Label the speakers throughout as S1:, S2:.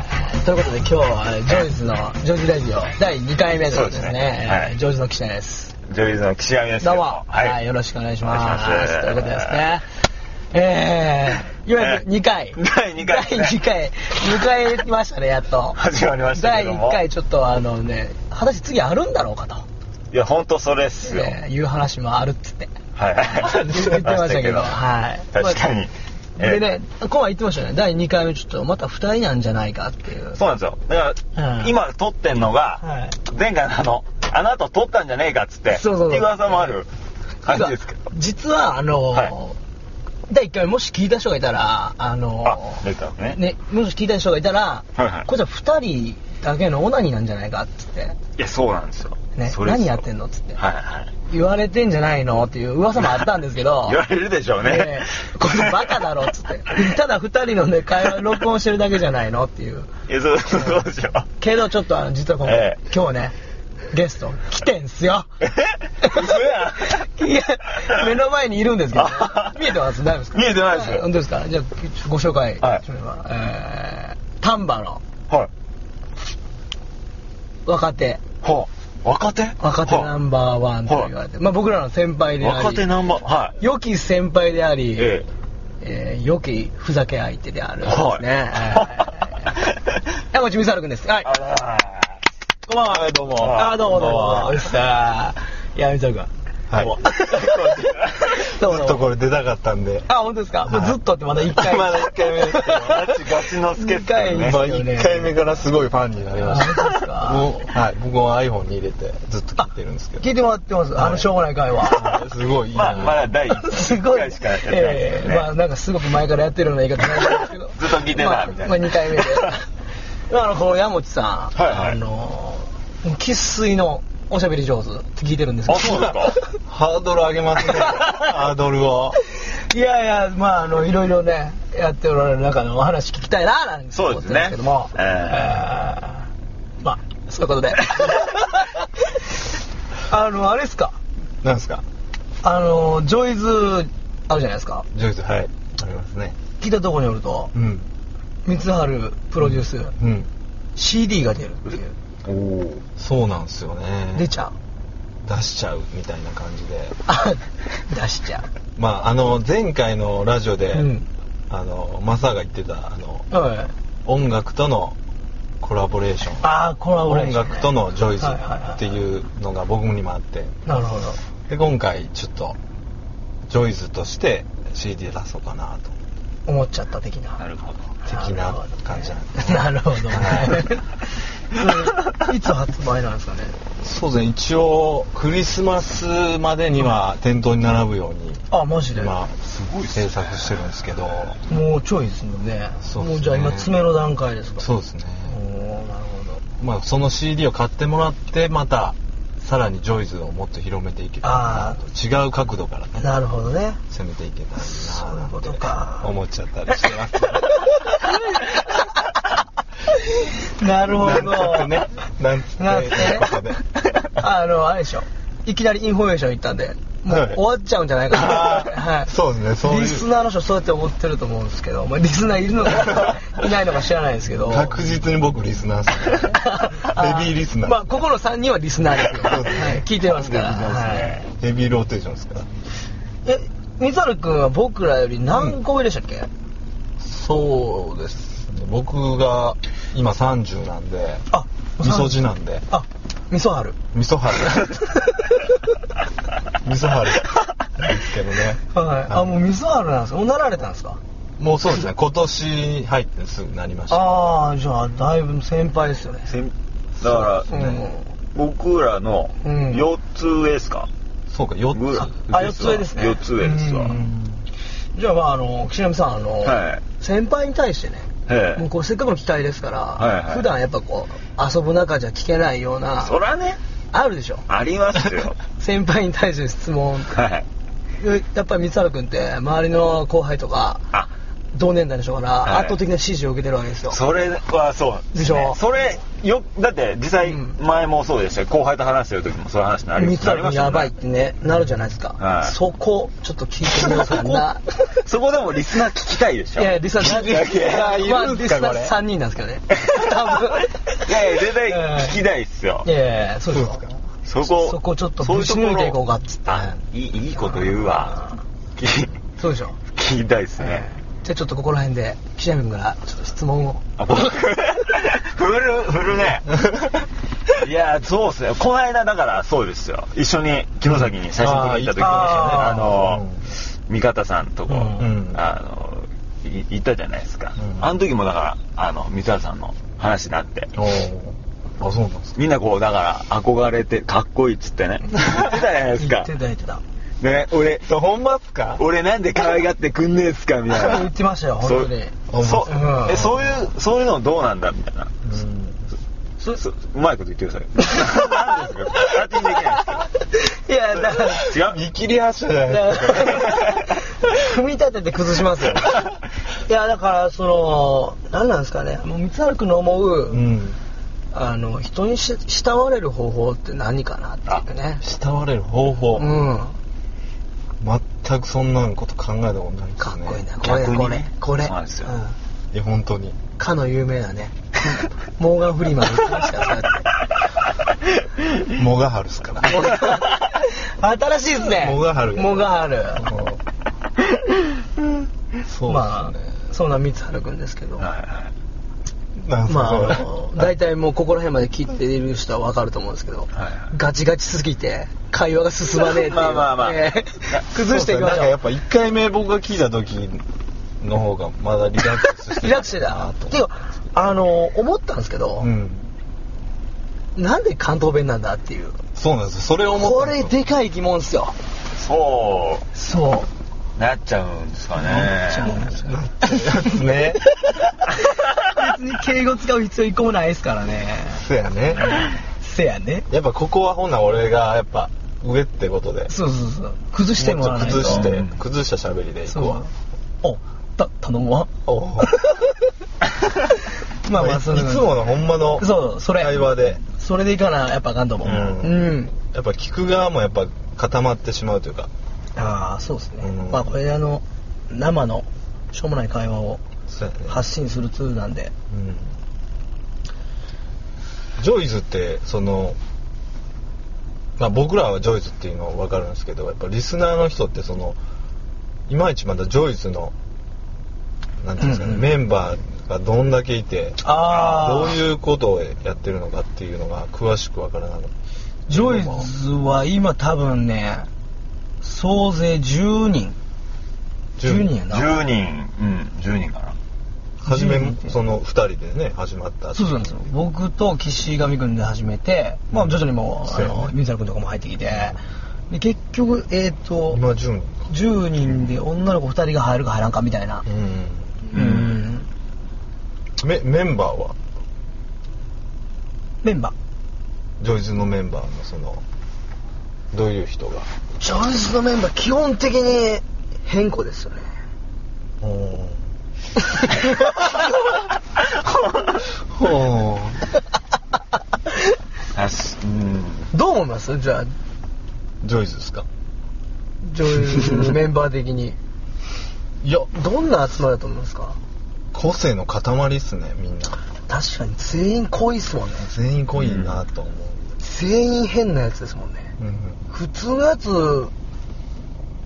S1: 今日はジョージズのジョージラジオ第2回目ということです
S2: そうです
S1: ね
S2: ねはい
S1: ジョージの記者です
S2: ジョイズの岸上ですけ
S1: どう
S2: ど
S1: も、
S2: も
S1: はい
S2: はい。
S1: よろしくお願いします
S2: お願いします
S1: ということですねえー、いわゆる2回、
S2: 第2回
S1: 第2回迎えましたねやっと
S2: 始まりましたけども
S1: 第1回ちょっとあのね果たして次あるんだろうかと
S2: いや、本当それっすよ。
S1: ねいう話もあるっつって
S2: はい。
S1: 言ってましたけどはい
S2: 確かに。え
S1: でね今回言ってましたよね第2回目ちょっとまた2人なんじゃないかっていう
S2: そうなんですよ。だから、
S1: うん
S2: 今撮ってんのが、
S1: はい
S2: 前回のあの、あの後撮ったんじゃねえかっつって、
S1: そうそうそう
S2: っていう噂もある感じですけど。
S1: 実はあの、
S2: はい
S1: 第1回もし聞いた人がいたらあの
S2: あ、出たね。
S1: ね、もし聞いた人がいたら、
S2: はいはい
S1: これじゃ2人だけのオナニーなんじゃないかっつって、
S2: いや、そうなんですよ。
S1: ね、
S2: それすよ
S1: 何やってんのっつって、
S2: はいはい。
S1: 言われてんじゃないのっていう噂もあったんですけど
S2: 言われるでしょうね。
S1: ねえこれバカだろっつって ただ2人のね会話録音してるだけじゃないのっていう
S2: いや、そうそうそうでしょ。
S1: けどちょっとあの実は今回、
S2: ええ
S1: 今日ねゲスト来てんす よ
S2: え嘘やん
S1: いや目の前にいるんですけど
S2: あ
S1: 見えてます大丈夫ですか
S2: 見えてないです
S1: は本当ですかじゃあご紹介
S2: はい
S1: それは、えー、丹波の
S2: はい。
S1: 若手
S2: はあ、若手
S1: 若手ナンバーワンと言われて、まあ、僕らの先輩であり
S2: 若手ナンバー、はい。
S1: 良き先輩であり、
S2: え
S1: えー良きふざけ相手であるん
S2: え。
S1: ですね、
S2: はい。
S1: はい山口美沙君ですはい
S2: あら
S1: こんばんは
S2: どうも
S1: あーどうもどう
S2: こんばん
S1: も
S2: は
S1: うっさーいや美沙君
S3: はい
S1: どうもどうも
S3: ずっとこれ出たかったんで。
S1: あ本当ですか、もうずっとってまだ1
S2: あ
S1: 回
S2: まだ一回目ですけどガチガチの助っ人ね
S1: 二回
S3: ま
S1: で
S3: あ、
S1: すよね
S3: 1回目からすごいファンになりまし
S1: あ本当ですか
S3: た。もう、はい、僕も iPhone に入れてずっと聞いてるんですけど。
S1: 聞いてもらってます、あのしょうもない会話
S3: はいすごいいい
S2: まあ、
S3: な。
S2: まだ第
S1: す
S2: 1
S1: ごい、
S2: 回しかやってないで
S1: ええ
S2: すよね。
S1: まあなんかすごく前からやってるような言い方なんですけど
S2: ずっと聞いてんな
S1: まあ
S2: みたいな
S1: まあ2回目で まああのこの山内さん、
S2: はいはい
S1: あの生粋のおしゃべり上手って聞いてるんですけど
S2: あそうですか
S3: ハードル上げ ますね。ハードルを。
S1: いやいやまああのいろいろねやっておられる中のお話聞きたいななんて思ってるんですけども、
S2: そうですね
S1: えーまあそういうことであのあれですか
S3: なんですか
S1: あのジョイズあるじゃないですか
S3: ジョイズ、はい。ありますね。
S1: 聞いたところによると
S3: うん。
S1: 光晴プロデュース、
S3: うん。
S1: CD が出るっていう
S2: おお。
S3: そうなんですよね。
S1: 出ちゃう
S3: 出しちゃうみたいな感じで。
S1: あ出しちゃ
S3: まあ、あの、前回のラジオで、
S1: ううん
S3: あの、マサが言ってた、あの、
S1: はい
S3: 音楽とのコラボレーション。
S1: ああコラボレー
S3: 音
S1: ションね
S3: 楽とのジョイズ
S1: はいはいはい
S3: っていうのが僕にもあって
S1: なるほど
S3: で今回ちょっとジョイズとして CD 出そうかなと
S1: 思っちゃった的な
S2: なるほど。
S3: 的な感じなんですね
S1: なるほどね
S3: はい
S1: それいつ発売なんですかね
S3: そうですね一応クリスマスまでには店頭に並ぶように
S1: あマジで
S3: 今
S2: ごいっすね
S3: 制作してるんですけど
S1: もうちょいですもんね
S3: そう
S1: も
S3: ですね
S1: うじゃあ今詰めの段階ですか
S3: そうですね
S1: おーなるほど
S3: まあその CD を買ってもらってまたさらにジョイズをもっと広めていけたらなと違う角度からね
S1: なるほどね
S3: 攻めていけたらいいな
S1: そういう
S3: なん
S1: こ
S3: て
S1: とか
S3: 思っちゃったりしてます
S1: なるほ
S3: なんつっ
S1: ど
S3: てねなんつって
S1: なんつってね
S3: ここで
S1: あのあれでしょいきなりインフォメーション行ったんでもう
S3: はい
S1: 終わっちゃうんじゃないかな、
S3: あーそうですねそういう
S1: リスナーの人そうやって思ってると思うんですけど、まあ、リスナーいるのかいないのか知らないですけど
S3: 確実に僕リスナーっす ねヘビーリスナー
S1: まあここの3人はリスナーですよ、
S3: そうですね
S1: はい、聞いてますから、
S3: リスナー
S1: は
S3: っ
S1: い
S3: すねヘビーローテーションですから
S1: え水原君は僕らより何個上でしたっけ、
S3: そうですね僕が今30なんで
S1: あ
S3: 味噌汁なんで
S1: あ味噌春
S3: 味噌 春味噌春ですけどね
S1: はいあもう味噌春なんですかもうなられたんですか
S3: もうそうですね今年入ってすぐなりました
S1: ああじゃあだいぶ先輩ですよね
S2: せんだか
S1: う
S2: ら、
S1: ん
S2: 僕らの
S1: うん
S2: 4つ上ですか、
S3: そうか4つ
S2: ぐ
S1: あ四つ上ですね
S2: 四つ上ですわ。
S1: うんじゃあまああの岸上さんあの、
S2: はい
S1: 先輩に対してね
S2: え
S1: もう
S2: え。
S1: これせっかくの機会ですから、
S2: はいはい
S1: 普段やっぱこう遊ぶ中じゃ聞けないような
S2: そらね、
S1: あるでしょ
S2: ありますよ。
S1: 先輩に対しての質問
S2: はい。
S1: やっぱり光原君って周りの後輩とか
S2: あ、
S1: 同年代の人から
S2: はい
S1: 圧倒的な支持を受けてるわけですよ。
S2: それはそう
S1: でしょ
S2: それよだって実際
S1: うん
S2: 前もそうでしたよ後輩と話してる時もそういう話にな
S1: 三
S2: りな
S1: 田
S2: りま
S1: 君
S2: した
S1: や
S2: もんね
S1: ばいってね、なるじゃないですか。
S2: はい
S1: そこ、ちょっと聞いてみようか な。
S2: そこでもリスナー聞きたいでし
S1: い
S2: ょ
S1: や、リスナー、
S2: いやいやい
S1: まあ、
S2: るん
S1: リ
S2: す
S1: ス
S2: か
S1: ナ
S2: こ
S1: ー
S2: れ
S1: 3人なんですけどね。多分。
S2: いやいや絶対聞きたいっすよ
S1: いやいや、そうです
S3: そうです
S1: か
S3: か。
S2: そこ
S1: そこちょっと
S2: そう
S1: ぶ
S2: いう
S1: ち
S2: ところ
S1: 抜いていこうかっつって。
S2: あいいいいこと言うわき
S1: そうでしょ。
S2: 聞きたいっすね
S1: じゃあちょっとここら辺で、岸山君からちょっと質問を。
S2: あ 僕振る振るねいやそうっすねこの間だからそうですよ一緒に城崎に最初に行った時に
S1: あー
S2: あの味方さんとこ、
S1: うん
S2: あのい行ったじゃないですか、
S3: うん
S2: あの時もだからあの水原さんの話になって
S3: おーあそうなんですか
S2: みんなこうだから憧れてかっこいいっつってね言ってたじゃないです
S1: 言
S2: か
S1: ってた言ってた。
S2: ね俺
S3: そうほんまっすか
S2: 俺なんで可愛がってくんねえっすかみたいな
S1: 言ってましたよ本当に
S2: そうそう
S1: うん
S2: えそういうそういうのどうなんだみたいなそそううまいこと言ってくださ いなんですか勝手にできない
S1: いや、だから、
S2: ですよ違う
S3: 見切り発車じゃない
S1: だ
S3: ですか
S1: から組み立てて崩しますよ。いや、だから、その、何なんですかね。もう、三原君の思 う、
S3: うん
S1: あの、人にし慕われる方法って何かなっていうね。
S3: 慕われる方法、
S1: うん。
S3: 全くそんなこと考えたことないですね
S1: かっこいいな。これ、
S2: 逆
S1: これ
S2: にね、
S1: これ。
S2: そうなんですよ
S1: ん
S3: いや本当に
S1: かの有名なね、モーガン・フリーマンの言ってましたよそうやって
S3: モガハルっ すから
S1: 新 しいですね。
S3: モガハル
S1: モガハル。
S3: そう
S1: ま
S3: ですね、
S1: あ、そんな三原君ですけど。
S2: はいはい
S3: なんすか
S1: まあ あ
S3: そ
S1: の、
S3: れ
S1: 大体もうここら辺まで切っている人はわかると思うんですけど、
S2: はい
S1: ガチガチすぎて、会話が進 まねえっていう。
S2: まあまあまあ
S1: えー崩していきまし
S3: そうですねなん
S1: ょ
S3: かやっ
S1: う。
S3: ぱ1回目僕が聞いた時の方がまだリラックスして
S1: リラックスしてた。ていうか、あの、思ったんですけど、
S3: うん
S1: なんで関東弁なんだっていう。
S3: そうなんですよそれを思っ
S1: こ
S3: たん
S1: れ
S3: ですよ
S1: でかい疑問っすよ。
S2: そ
S1: そう
S2: なっちゃうんですか ね
S1: なっちゃうんですよ
S3: なっちゃうやつね
S1: う。別に敬語使う必要一個もないですからね。
S3: そうやね
S1: せやね。
S3: やっぱここはほんなら俺がやっぱ上ってことで
S1: そうそうそう。崩してもらわないと。
S3: もうちょっと崩
S2: う
S3: し
S2: ん
S3: て崩した喋りでいく
S1: そう
S3: わ。
S1: お、た、頼む わ。
S3: おう
S1: まあまあ、
S3: い
S1: そう
S3: いつものほんまの
S1: そうそれ
S3: 会話で
S1: それでいかな、やっぱあかんと思う。
S3: うん
S1: うん
S3: やっぱ聞く側もやっぱ固まってしまうというか
S1: ああ、そうですね。
S3: うん
S1: まあ、これあの、生の、しょうもない会話を
S3: そうやね
S1: 発信するツールなんで。
S3: うんジョイズってその、まあ、僕らはジョイズっていうのは分かるんですけどやっぱリスナーの人ってそのいまいちまだジョイズのなんていうんですか
S1: う
S3: ね、
S1: んうん
S3: メンバーがどんだけいて
S1: あ
S3: どう
S1: う。
S3: いうことをやってるのかっていうのが詳しく分からなかっ
S1: ジョイズは今多分ね、総勢10人。
S3: 10
S1: 10人やな。
S2: 10人うん10人かな
S3: た初め
S1: 10人
S3: その2人でね始まった
S1: そうそうなんですよ。僕と岸上君で始めて、まあ徐々にもう、あ
S3: そうやね
S1: の、水原君とかも入ってきて、で、結局、えっ、と、
S3: 今10人か
S1: 10人で女の子2人が入るか入らんかみたいな
S3: う。ん
S1: うん。
S3: メメンバーは
S1: メンバー。
S3: ジョイズのメンバーのそのどういう人が
S1: ジョイズのメンバー基本的に変更ですよね。
S3: ほうほ
S2: あすうん
S1: どう思いますじゃあ、
S3: うジョイズですか
S1: ジョイズのメンバー的に。
S3: いや
S1: どんな集まりだと思いますか
S3: 個性の塊っすねみんな
S1: 確かに全員濃いっすもんね。
S3: 全員濃いなと思
S1: 全員変なやつですもんね。
S3: う、うん
S1: 普通のやつ、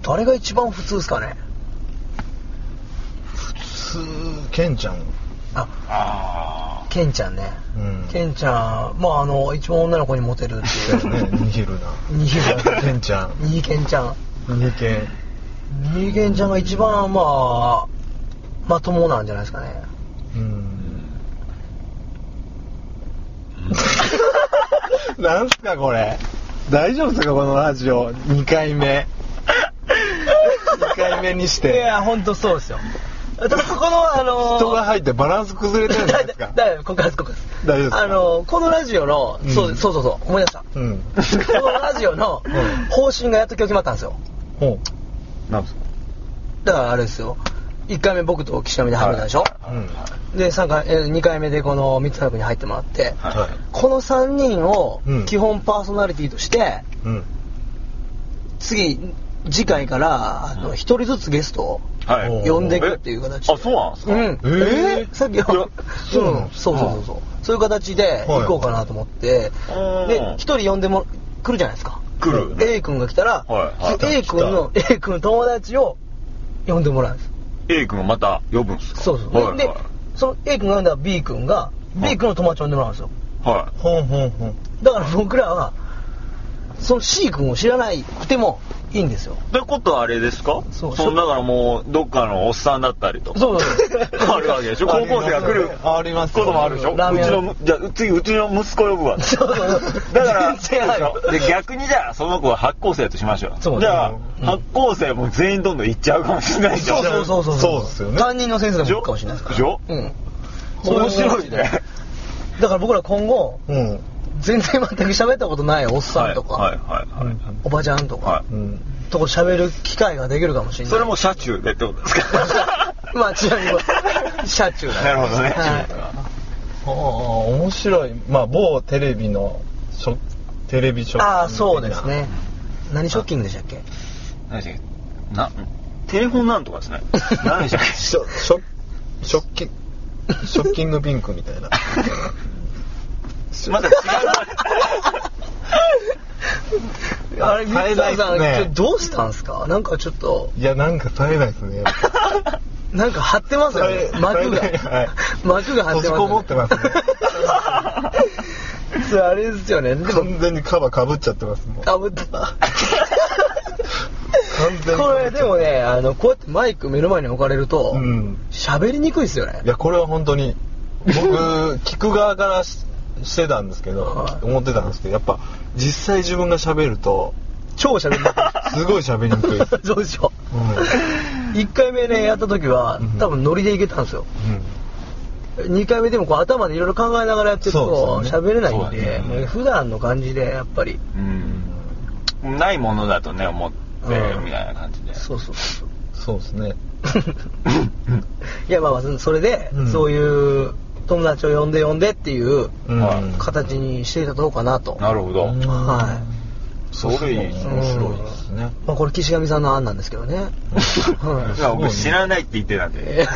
S1: 誰が一番普通ですかね
S3: すーケンちゃん
S1: あ、
S2: あ
S1: ケンちゃんね。
S3: うん
S1: ケンちゃん、まああの、一番女の子にモテるって
S3: だよね
S1: いう。
S3: 握るな
S1: ニー
S3: ケンちゃん
S1: ニーケンちゃん。
S3: 逃げん
S1: ニーケンちゃんが一番、まあ、まともなんじゃないですかね。
S3: うん なんすかこれ大丈夫ですかこのラジオ2回目2回目にして
S1: いや、本当そうですよ。ただ、ここの、あのー、
S3: 人が入ってバランス崩れてるんじゃないで す か
S1: だだだ告発告発。
S3: 大丈夫ですか
S1: あのー、このラジオの、
S3: うん
S1: そうそうそうそう、思い出した。
S3: うん
S1: このラジオの
S3: うん
S1: 方針がやっと今日決まったんですよ。
S3: ほ
S2: あなんですか
S1: だからあれですよ。 1回目僕と岸上で始めたでしょ、
S2: はい
S3: うん
S1: で三回え2回目でこの三原君に入ってもらって、
S2: はい
S3: はい
S1: この3人を
S3: うん
S1: 基本パーソナリティとして、
S3: うん
S1: 次次回からあの
S2: うん
S1: 1人ずつゲストを
S2: はい
S3: おー
S1: 呼んでいくっていう形で
S2: えあそうなんですか
S1: うん
S3: えー
S1: さっき
S2: いや
S1: は
S3: そうなの
S1: んそうそうそうそうそういう形で
S3: はい
S1: 行こうかなと思って、
S2: うん
S1: で1人呼んでも来るじゃないですか
S2: 来る
S1: A 君が来たら、
S2: はいはい
S1: その A 君の A 君の友達を呼んでもらうんです
S2: A 君をまた呼ぶんですか
S1: そうそう、
S2: はい
S1: で
S2: はい
S1: その A 君が呼んだら B 君が
S2: はい
S1: B 君の友達を呼んでもらうんですよ
S2: は
S3: ほんほんほん
S1: だから僕らはその C 君を知らなくてもいいんですよ
S2: いってことはあれですか
S1: そう
S2: のだからもうどっかのおっさんだったりとか
S1: そうそうそう
S2: あるわけでしょ高校生が来る
S3: あります
S2: こ
S3: よ
S2: ともあるでしょうち
S1: ラーメン屋
S2: のじゃあ次うちの息子呼ぶわ
S1: そうそうそう
S2: だから
S1: 全然ある
S2: で逆にじゃあその子は発光生としましょう
S1: そう
S2: じゃあ、
S1: うん
S2: 発光生も全員どんどん行っちゃうかもしれないでしょ
S1: そうそうそうそう
S3: そうですよね
S1: 担任の先生でもいいかもしれないですから
S2: でしょ
S1: うん
S2: 面白いね
S1: だから僕ら今後
S3: うん
S1: 全然全く喋ったことないおっさんとか、
S2: はいはいはい、はい
S1: おばちゃんとか、
S2: は
S3: うん
S1: とこ喋る機会ができるかもしれない
S2: それも車中でってことですか
S1: まあちなみに車中だ
S2: なるほどね、
S1: は
S3: ああ面白いまあ某テレビのショテレビショッキング的な
S1: ああそうですね何ショッキングでしたっけ
S2: 何でしたっけなテレフォンなんとかですね何でしたっ け
S3: ショショショッキショッキングピンクみたいな
S2: まだ違
S1: あれ、ミ
S3: 買
S1: ッ
S3: え
S1: ツ
S3: な
S1: ァ
S3: いっ
S1: さん、
S3: すね
S1: ちょどうしたんすかなんかちょっと、
S3: いやなんか耐えないですね
S1: なんか張ってますよね
S3: は。い
S1: 膜が
S3: はい。
S1: 膜が張ってます、ね。
S3: 閉じこもってますね
S1: それあれですよね。でも、
S3: 完全にカバーかぶっちゃってますもん
S1: あぶった。
S3: 完全に
S1: これでもね、あの、こうやってマイク目の前に置かれると
S3: うん、
S1: 喋、りにくいですよね
S3: い。やこれは本当に僕聞く側からししてたんですけど、
S1: はい
S3: 思ってたんですけどやっぱ実際自分が喋ると
S1: 超喋りに
S3: すごい喋りにくいで す
S1: くい。どうでしょ
S3: うん、うん
S1: う。1回目ね、やった時は
S3: うん、
S1: 多分ノリでいけたんですよ。2回目でもこう頭でいろいろ考えながらやってる
S3: そ
S1: と
S3: うですよ
S1: 喋、
S3: ね
S1: れないん
S2: そう
S1: で、
S2: だね
S1: もう普段の感じでやっぱり、
S2: うんないものだとね思って
S1: うん
S2: みたいな感じで
S1: そうそうそう。
S3: そうですね
S1: いやまあまあそそれで、
S3: うん
S1: そういう友達を呼んで呼んでっていう
S3: うん
S2: はい
S1: 形にしていたらどうかなと、
S2: なるほど、
S3: うん
S1: は
S2: それいいね
S3: そう面白いですね、
S1: まあ、これ岸上さんの案なんですけどね、 はい
S2: や僕知らないって言ってたんで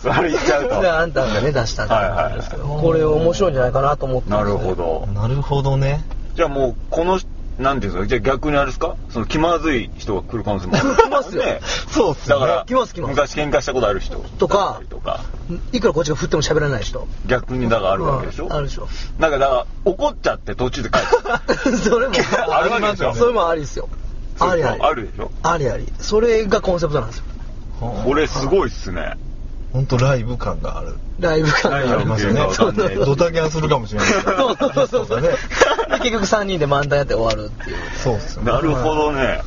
S2: それ言っちゃうと
S1: で あんたがね出したん
S2: はいはい
S1: ですけど、これ面白いんじゃないかなと思ってま
S2: な
S1: すね、
S2: るほど
S3: なるほどね
S2: じゃあもうこのなんていうんですかじゃあ逆にあれですかその気まずい人が来る可能性もあ る
S1: 来ますよ
S2: ね
S3: そうっす
S2: だ
S3: ね
S2: から
S1: 来ます来ます
S2: 昔喧嘩したことある人
S1: とか
S2: とか
S1: いくらこっちが振っても喋らない人
S2: 逆にだからあるわけでしょ、
S1: うんあるでしょ
S2: なんかだから怒っちゃって途中で帰って
S1: それも
S2: あるわけですよ
S1: それもありですよありあり
S2: あるでしょ
S1: ありありそれがコンセプトなんですよ
S2: これすごいっすね
S3: 本当ライブ感がある
S1: ライブ感
S2: ライブ
S3: あり
S2: 感
S3: ますよね
S2: わかんない
S3: ドタキャンするかもし れない
S1: そうそうそうそう。で
S3: ゲストがね
S1: 結局3人で漫談やって終わるっていう。
S3: そうっすよね
S2: なるほどね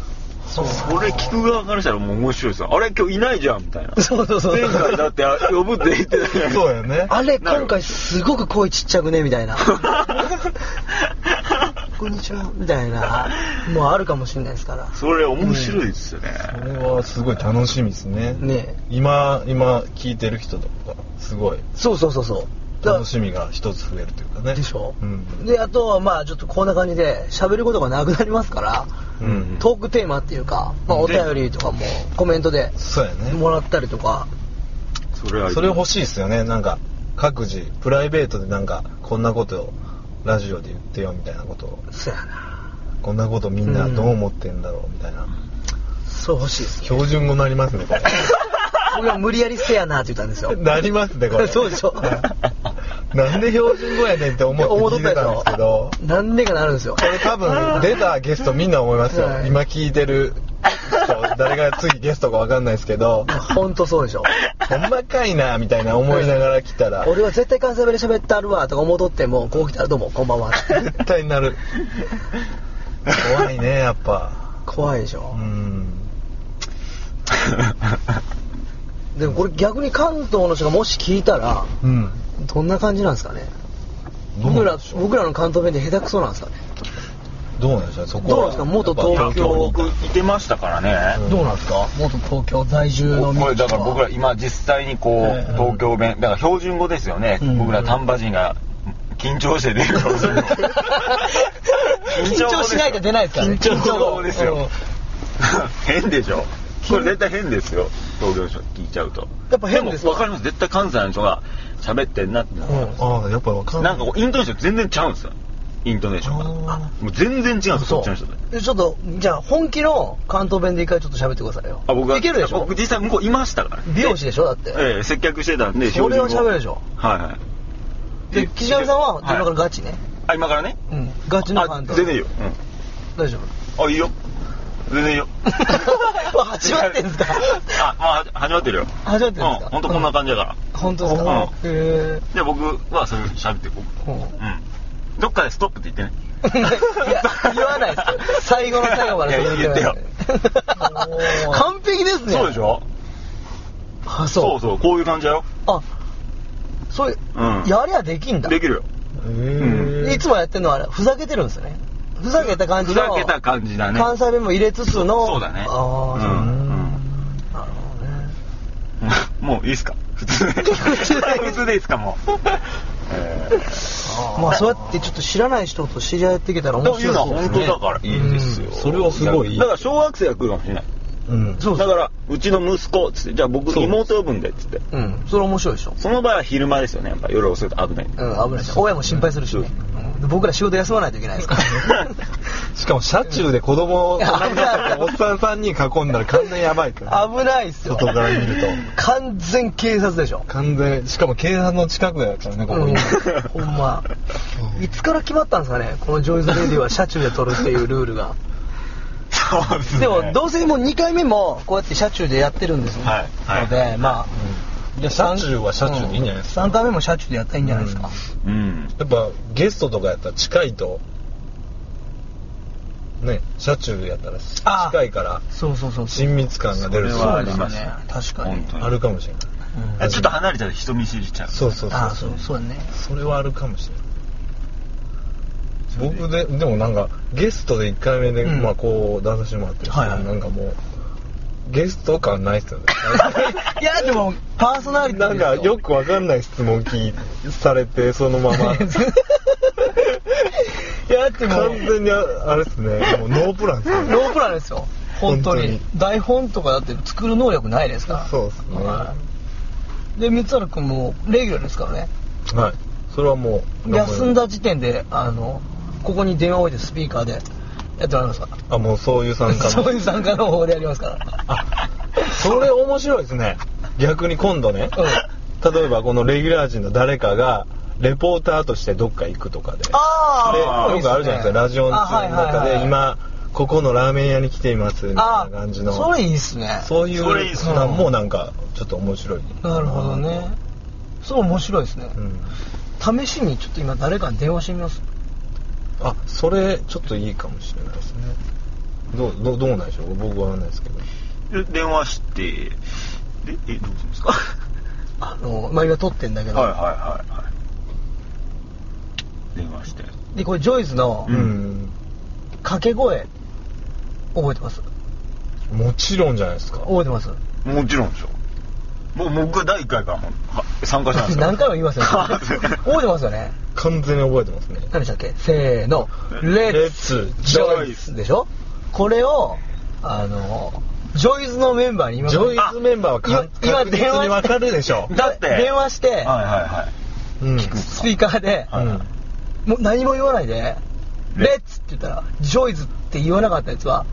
S1: そう
S2: それ聞く側からしたらもう面白いですよあれ今日いないじゃんみたいな
S1: そうそうそう
S2: 前回だってあ呼ぶって言ってたじゃない
S3: そうやね
S1: あれ、
S2: なる
S1: 今回すごく声ちっちゃくねみ たいな。こんにちはみたいな。もうあるかもしれないですから。
S2: それ面白いですよね、
S3: これはすごい楽しみですね
S1: ねえ
S3: 今今聞いてる人とかすごい
S1: そうそうそうそう。だ
S3: 楽しみが一つ増えるというかね
S1: でしょ、
S3: うん
S1: で、あとはまあちょっとこんな感じで喋ることがなくなりますから、
S3: うん
S1: トークテーマっていうか、まあお便りとかもコメントで
S3: そうやね
S1: もらったりとか、
S2: それはいい
S3: それ欲しいですよねなんか各自プライベートでなんかこんなことをラジオで言ってよみたいなことを
S1: そうやな。
S3: こんなことみんなどう思ってんだろうみたいな、
S1: そう欲しい ですね。
S3: 標準語なりますねこ
S1: 僕は無理やりせやなって言ったんですよ
S3: れ。なりますねこれ
S1: そうでしょ
S3: なんで標準語やねんって思って聞いてたんですけど
S1: なんでかなるんですよ
S3: これ多分出たゲストみんな思いますよ、
S1: はい
S3: 今聞いてる人誰が次ゲストか分かんないです けど
S1: 本当そうでしょ
S3: ほんまかいなみたいな思いながら来たら
S1: 俺は絶対関西弁で喋ってあるわとか思うとってもこう来たらどうもこんば んは
S3: 絶対なる怖いねやっぱ
S1: 怖いでし
S3: う
S1: ょ、
S3: ん
S1: でもこれ逆に関東の人がもし聞いたら
S3: うん
S1: どんな感じなんですかね
S3: どう
S1: 僕
S3: なん
S1: ら
S3: でしょう
S1: 僕らの関東弁で下手くそなんですかね
S3: どうなんですかそこは
S1: どうなんですか元東京
S3: やっぱ
S2: 僕いてましたからね、
S1: どうなんですか元東京在住の
S2: こ
S1: ミ
S2: れ
S1: キさ
S2: だ
S1: ん
S2: か
S1: は
S2: ら僕ら今実際にこう、
S1: ええ
S2: 東京弁だから標準語ですよね、
S1: うん
S2: 僕ら丹波人が緊張して出る標準 語
S1: 緊張しないと出ないですからね
S2: 緊張語です
S1: 緊張
S2: よ変でしょこれ絶対変ですよ東京の人聞いちゃうと
S1: やっぱ変ですか
S2: も分かります絶対関西の人が喋ってんなってなる
S3: ああやっぱわかんな
S2: ないんかこうイントネーション全然ちゃうんですよイントネーションが
S3: あ
S2: もう全然違うんですよそっちの人で
S1: でちょっとじゃあ本気の関東弁で一回ちょっと喋ってくださいよ
S2: あ僕はい
S1: けるでしょ
S2: 僕実際向こういましたから
S1: 美容師でしょだって、
S2: ええ接客してたんで
S1: それは
S2: 標準語
S1: 喋るでしょ
S2: はいはい
S1: で岸上さんは今からガ
S2: チ
S1: チね、
S2: あ今からね
S1: うんガチの
S2: あ
S1: 関東
S2: 全然いいよ、
S1: 大丈
S2: うん、あいいよ 全然いいよ
S1: 夫始まってんすか
S2: あまあ始まってるよ
S1: 始まってんすか
S2: うん、ほんとこんな感じだから、
S1: 本当ですか
S2: うん
S1: へ
S2: で僕はそれ喋ってこ
S1: え
S2: う
S1: うん
S2: うんどっかでストップって言ってね
S1: いや 言わないです最後の最後までそれ
S2: いや言ってよ
S1: よ 完璧ですね
S2: そうでしょ
S1: あ
S2: そ
S1: そうう
S2: そうこういう感じだよ
S1: あそういう、
S2: うん
S1: やりゃできんだ
S2: できるよ
S3: へえ
S1: いつもやってるのはあれふざけてるんですよねふざけた感じの
S2: ふざけた感じだね
S1: 関西弁も入れつつの
S2: そうだね
S1: ああそう、
S2: うん
S1: なるほどね
S2: もういいっすか普通 で普通でいいっすかもう、え
S1: まあそうやってちょっと知らない人と知り合っていけたら
S2: ー、
S1: 面
S2: という
S1: 白
S2: のは
S1: そうです
S2: 本当
S1: ね
S2: だからいいですよ、
S3: うんそれはすごいいい
S2: だから小学生が来るかもしれない
S3: うん
S1: そうそ
S2: だ
S1: う
S2: からうちの息子っつってじゃあ僕
S3: そう
S2: 妹呼ぶんでっつって
S1: うんそれ面白いでしょ
S2: その場合は昼間ですよねやっぱ夜遅いと危ないんで
S1: うん危ないです親も心配するし、ねうんで僕ら仕事休まないといけないです から
S3: しかも車中で子供をお
S1: いや危ない
S3: っさん3人囲んだら完全やばいから
S1: 危ないっすよ
S3: 外から見ると
S1: 完全警察でしょ
S3: 完全しかも警察の近くだからねここ
S1: うん
S3: に、
S1: ほんまいつから決まったんですかねこのジョイズ・レディは車中で撮るっていうルールが
S2: そうで
S1: でもどうせもう2回目もこうやって車中でやってるんですよ、
S2: はいはい
S1: のでまあ
S3: いや車中は車中でいいんじゃないですか、
S1: 3回目も車中でやったらいいんじゃないですか、
S2: うん
S3: やっぱゲストとかやったら近いとね車中やったら
S1: あ
S3: 近いから
S1: そうそうそうそう
S3: 親密感が出るし
S2: それはあり
S1: そう
S2: ま
S1: ですすね確かに
S2: 本、当に
S3: あるかもしれない
S1: うん
S2: えちょっと離れちゃうと人見知りしちゃう
S3: そうそうそう
S1: あそうそうやね
S3: それはあるかもしれない僕ででもなんかゲストで1回目で、
S1: うん
S3: まあこう出させてもらってるんですけど
S1: はいはい
S3: なんかもうゲスト感ないっすよね
S1: いやでも パーソナリティ
S3: な
S1: で
S3: ん
S1: すよ
S3: かよ くわかんない質問聞いされてそのま ま
S1: いやだってもう
S3: 完全にああれっすねもうノープランっすね
S1: ノープランですよ本当に
S3: 本当
S1: 台本とかだって作る能力ないですから
S3: そうですね
S1: はいで三原君もレギュラーですからね
S3: はいそれはもう
S1: 休んだ時点であのここに電話置いてスピーカーでやってもらいますから
S3: あもうそういう参加の
S1: そういう参加の方法でやりますから
S3: それ面白いですね逆に今度ね、例えばこのレギュラー陣の誰かがレポーターとしてどっか行くとかで
S1: あー
S3: でよくあるじゃないですかラジオの中で今ここのラーメン屋に来ていますみたいな感じの
S1: あそれいいっすね
S3: そういう
S2: それいいっすね
S3: なんもうなんかちょっと面白い、
S1: なるほどねそう面白いですね、
S3: うん、
S1: 試しにちょっと今誰かに電話してみます
S3: あそれちょっといいかもしれないですねどうどうどうなんでしょう僕はわかんないですけど
S2: で電話してでえどうするんですか
S1: あのまあ今撮ってんだけど、
S2: はいはいはいはい電話して
S1: でこれジョイズの
S2: うん
S1: 掛け声覚えてます
S3: うんもちろんじゃないですか
S1: 覚えてます
S2: もちろんでしょ僕僕が第1回からもは参加したんですよ
S1: 何回も言い ますよね
S2: はい
S1: 覚えてますよね
S3: 完全に覚えてますね
S1: 何でしたっけせーのレッツジョイズでしょこれをあのジョイズのメンバーに今
S3: ジョイズメンバーはか
S1: い今
S3: 確実にわかるでしょ
S2: だって
S1: 電話して、
S2: はいはい
S3: うん
S1: スピーカーで、
S2: はいはい
S1: もう何も言わないで、
S2: レ
S1: レッツって言ったら、ジョイズって言わなかったやつは、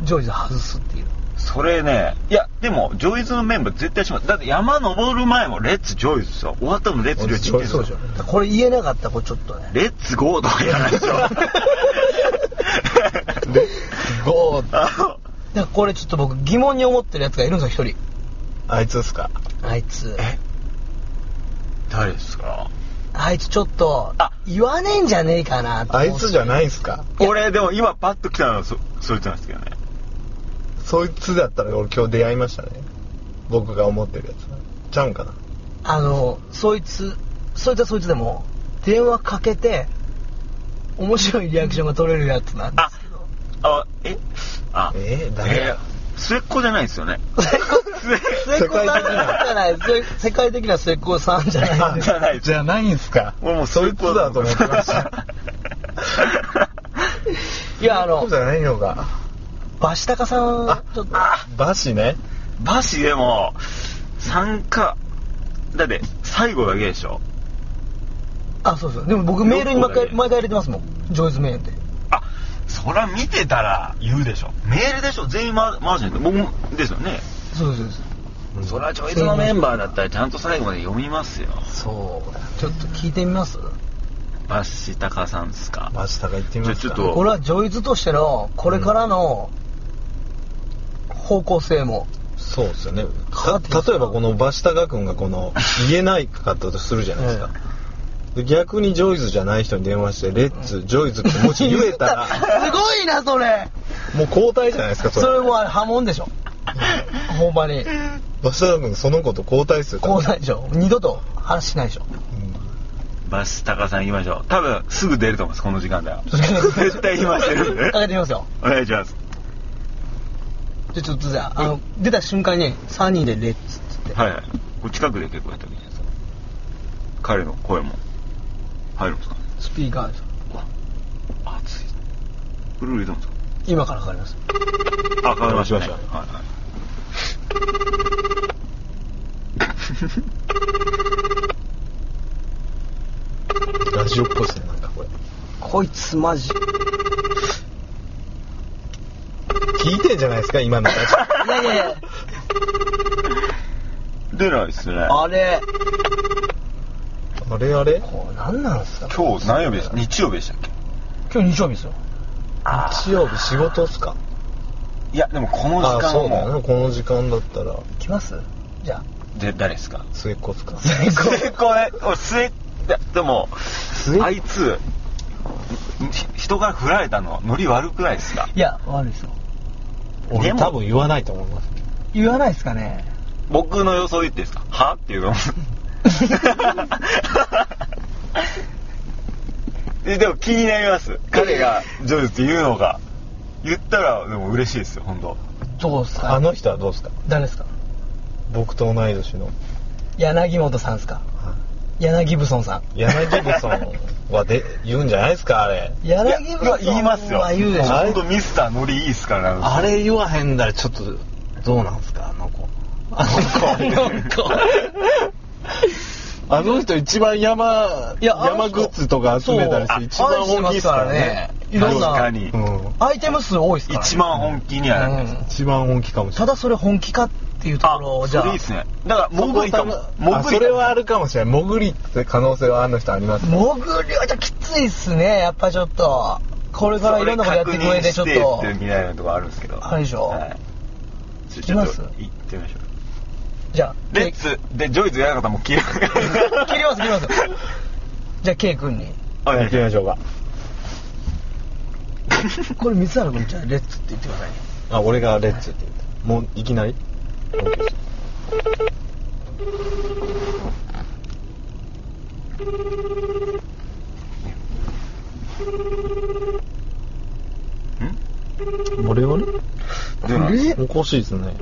S1: ジョイズ外すっていう。
S2: それね、いや、でも、ジョイズのメンバー絶対します。だって山登る前も、レッツジョイズさ、終わったのレッツジョイズって言ってるんですよ
S3: そうで
S1: これ言えなかった子ちょっとね。
S2: レッツゴーとか言わないでしょ。
S3: ゴー
S2: あ
S1: だ
S2: の
S1: からこれちょっと僕疑問に思ってるやつがいるんですよ、一人。
S3: あいつですか
S1: あいつ。
S2: 誰ですか
S1: あいつちょっと
S2: あ、
S1: 言わねえんじゃねえかなって
S3: あいつじゃないいですか
S2: 俺、でも今パッと来たのはそ、そいつなんですけどね。
S3: そいつだったら俺今日出会いましたね僕が思ってるやつちゃう んかな
S1: あの、そいつ、そいつはそいつでも、電話かけて、面白いリアクションが取れるやつなんですけど。
S2: あ、えあ、
S3: えー誰
S2: えー末っ子じゃないですよね。
S1: 末っ子さんじゃない、末世界的な末っ子さんじゃないです。
S2: じゃない
S3: じゃないんすか
S2: 俺もう
S3: そ
S2: 末っ
S3: いつ
S2: 子
S3: だと思ってました
S1: いや、あ
S3: そう
S1: の
S3: じ、ゃないのか
S1: バシタカさ
S3: あ
S1: ん、ちょっと、
S2: あ、
S3: バシね
S2: バシでも、参加、だって、最後だけでしょ。
S1: あ、そうそう。でも僕メールに毎回毎回入れてますもん。ジョイズメールで。
S2: あ、そら見てたら言うでしょ。メールでしょ。全員回回してる僕もですよね。
S1: そうですそうです。
S2: そら、ジョイズのメンバーだったら、ちゃんと最後まで読みますよ。
S1: そう。ちょっと聞いてみます
S2: バシタカさんですか。
S3: バシタカ行ってみま
S2: じ
S3: すか
S2: ゃあちょっと
S1: これはジョイズとしての、これからの方向性も。
S3: そうですよね
S1: かかってます
S3: た例えばこのバシタカ君がこの言えないかったとするじゃないですか、で逆にジョイズじゃない人に電話して、レッツ、ジョイズってもし言えたら、
S1: すごいな、それ。
S3: もう交代じゃないですか、それ。
S1: それもあれ波紋でしょ。ほんまに。
S3: バシタカ君、その子と交代するから
S1: こうないでしょ。二度と話しないでしょ。
S2: バシタカさん言いましょう。多分、すぐ出ると思います、この時間では。
S1: そうですね
S2: 絶対今してるんで。
S1: かけてみますよ。
S2: お願いします。
S1: じゃあちょっとじゃあ、あの、出た瞬間に3人でレッツって言って。
S2: はいはい。これ近くで結構やったわけじゃないですか。彼の声も入るんですかね。
S1: スピーカーでしょ。
S2: うわ、熱い。ブルー入れたんです
S1: 今からかかります。
S2: かあ、変わりました、ね。
S3: しま
S2: は
S3: し
S2: いはい。
S3: ラジオっぽいですね、なんかこれ。
S1: こいつマジ。
S3: 聞いてんじゃないですか、今の。
S1: いやいやいや、
S2: 出ないですね。
S1: あれ。
S3: あれあれ
S1: こう、なんなんすか
S2: 今日何曜日でした日曜日でしたっけ
S1: 今日日曜日ですよ。
S3: 日曜日仕事っすか
S2: いや、でもこの時間
S3: そうだ
S2: はも
S3: よね。この時間だったら、
S1: 行きますじゃあ。
S2: う、で、誰ですか
S3: 末っ子っすか
S1: 最
S2: 末っ子ね。俺末っ、いやでも、
S3: 末っ
S2: あいつ、ひ人から振られたの、ノリ悪くないですか
S1: いや、悪いですよ。
S2: で
S3: 俺
S2: も
S3: 多分言わないと思います。
S1: 言わないですかね。
S2: 僕の予想言っていいですかはっていうの もえでも気になります彼がジョージって言うのが言ったらでも嬉しいですよ本当
S1: どうっすか
S3: あの人はどうっすか
S1: 誰ですか
S3: 僕と同い年の。
S1: 柳本さんですか柳ブソンさん。
S3: 柳部さんはで 言うんじゃないですかあれ。
S1: 柳ブソンは
S2: 言いますよ
S1: 言うでし
S2: 本
S1: ょ。
S2: 当ミスターノリいいっすから
S3: あれ言わへんだらちょっと、どうなんすかあの子。あ
S1: なんか
S3: あの人一番山、
S1: いやあの人
S3: 山グッズとか集めたりして一番大きいっすからね。
S1: いろん
S2: 確か
S1: な
S2: に
S3: うん。
S1: アイテム数多いですからね。
S2: 一番本気にはなりま
S1: う
S2: す
S1: ん
S3: 一番大きいかもしれ
S1: た
S3: ない。
S1: だそれ本気かっていうところを、
S2: あ
S1: じゃ
S2: そ
S1: あ。
S2: れいいっすねだから潜りかも
S3: あ
S2: 潜り
S3: それはあるかもしれない。潜りって可能性はあの人ありますね。
S1: 潜りはちょっときついっすね。やっぱちょっと。これからいろんなことやっていく上でちょっと
S2: 確認してって。みたいなとこあるんですけど
S1: あるでしょ
S2: はいち
S1: き
S2: ょ
S1: ます
S2: ちょっと行ってみましょう
S1: じゃあ、
S2: レッツでジョイズやらなかったらもう消える
S1: 切ります切り ますじゃあ K 君に
S2: お願
S3: 行
S2: い
S3: っ
S2: して
S3: み
S2: ま
S3: ますしょうか。
S1: これ三原君じゃあレッツって言ってください
S3: あ、俺がレッツって言った。もういきなり俺はね、
S2: 出ない
S1: え
S3: おかしいですね。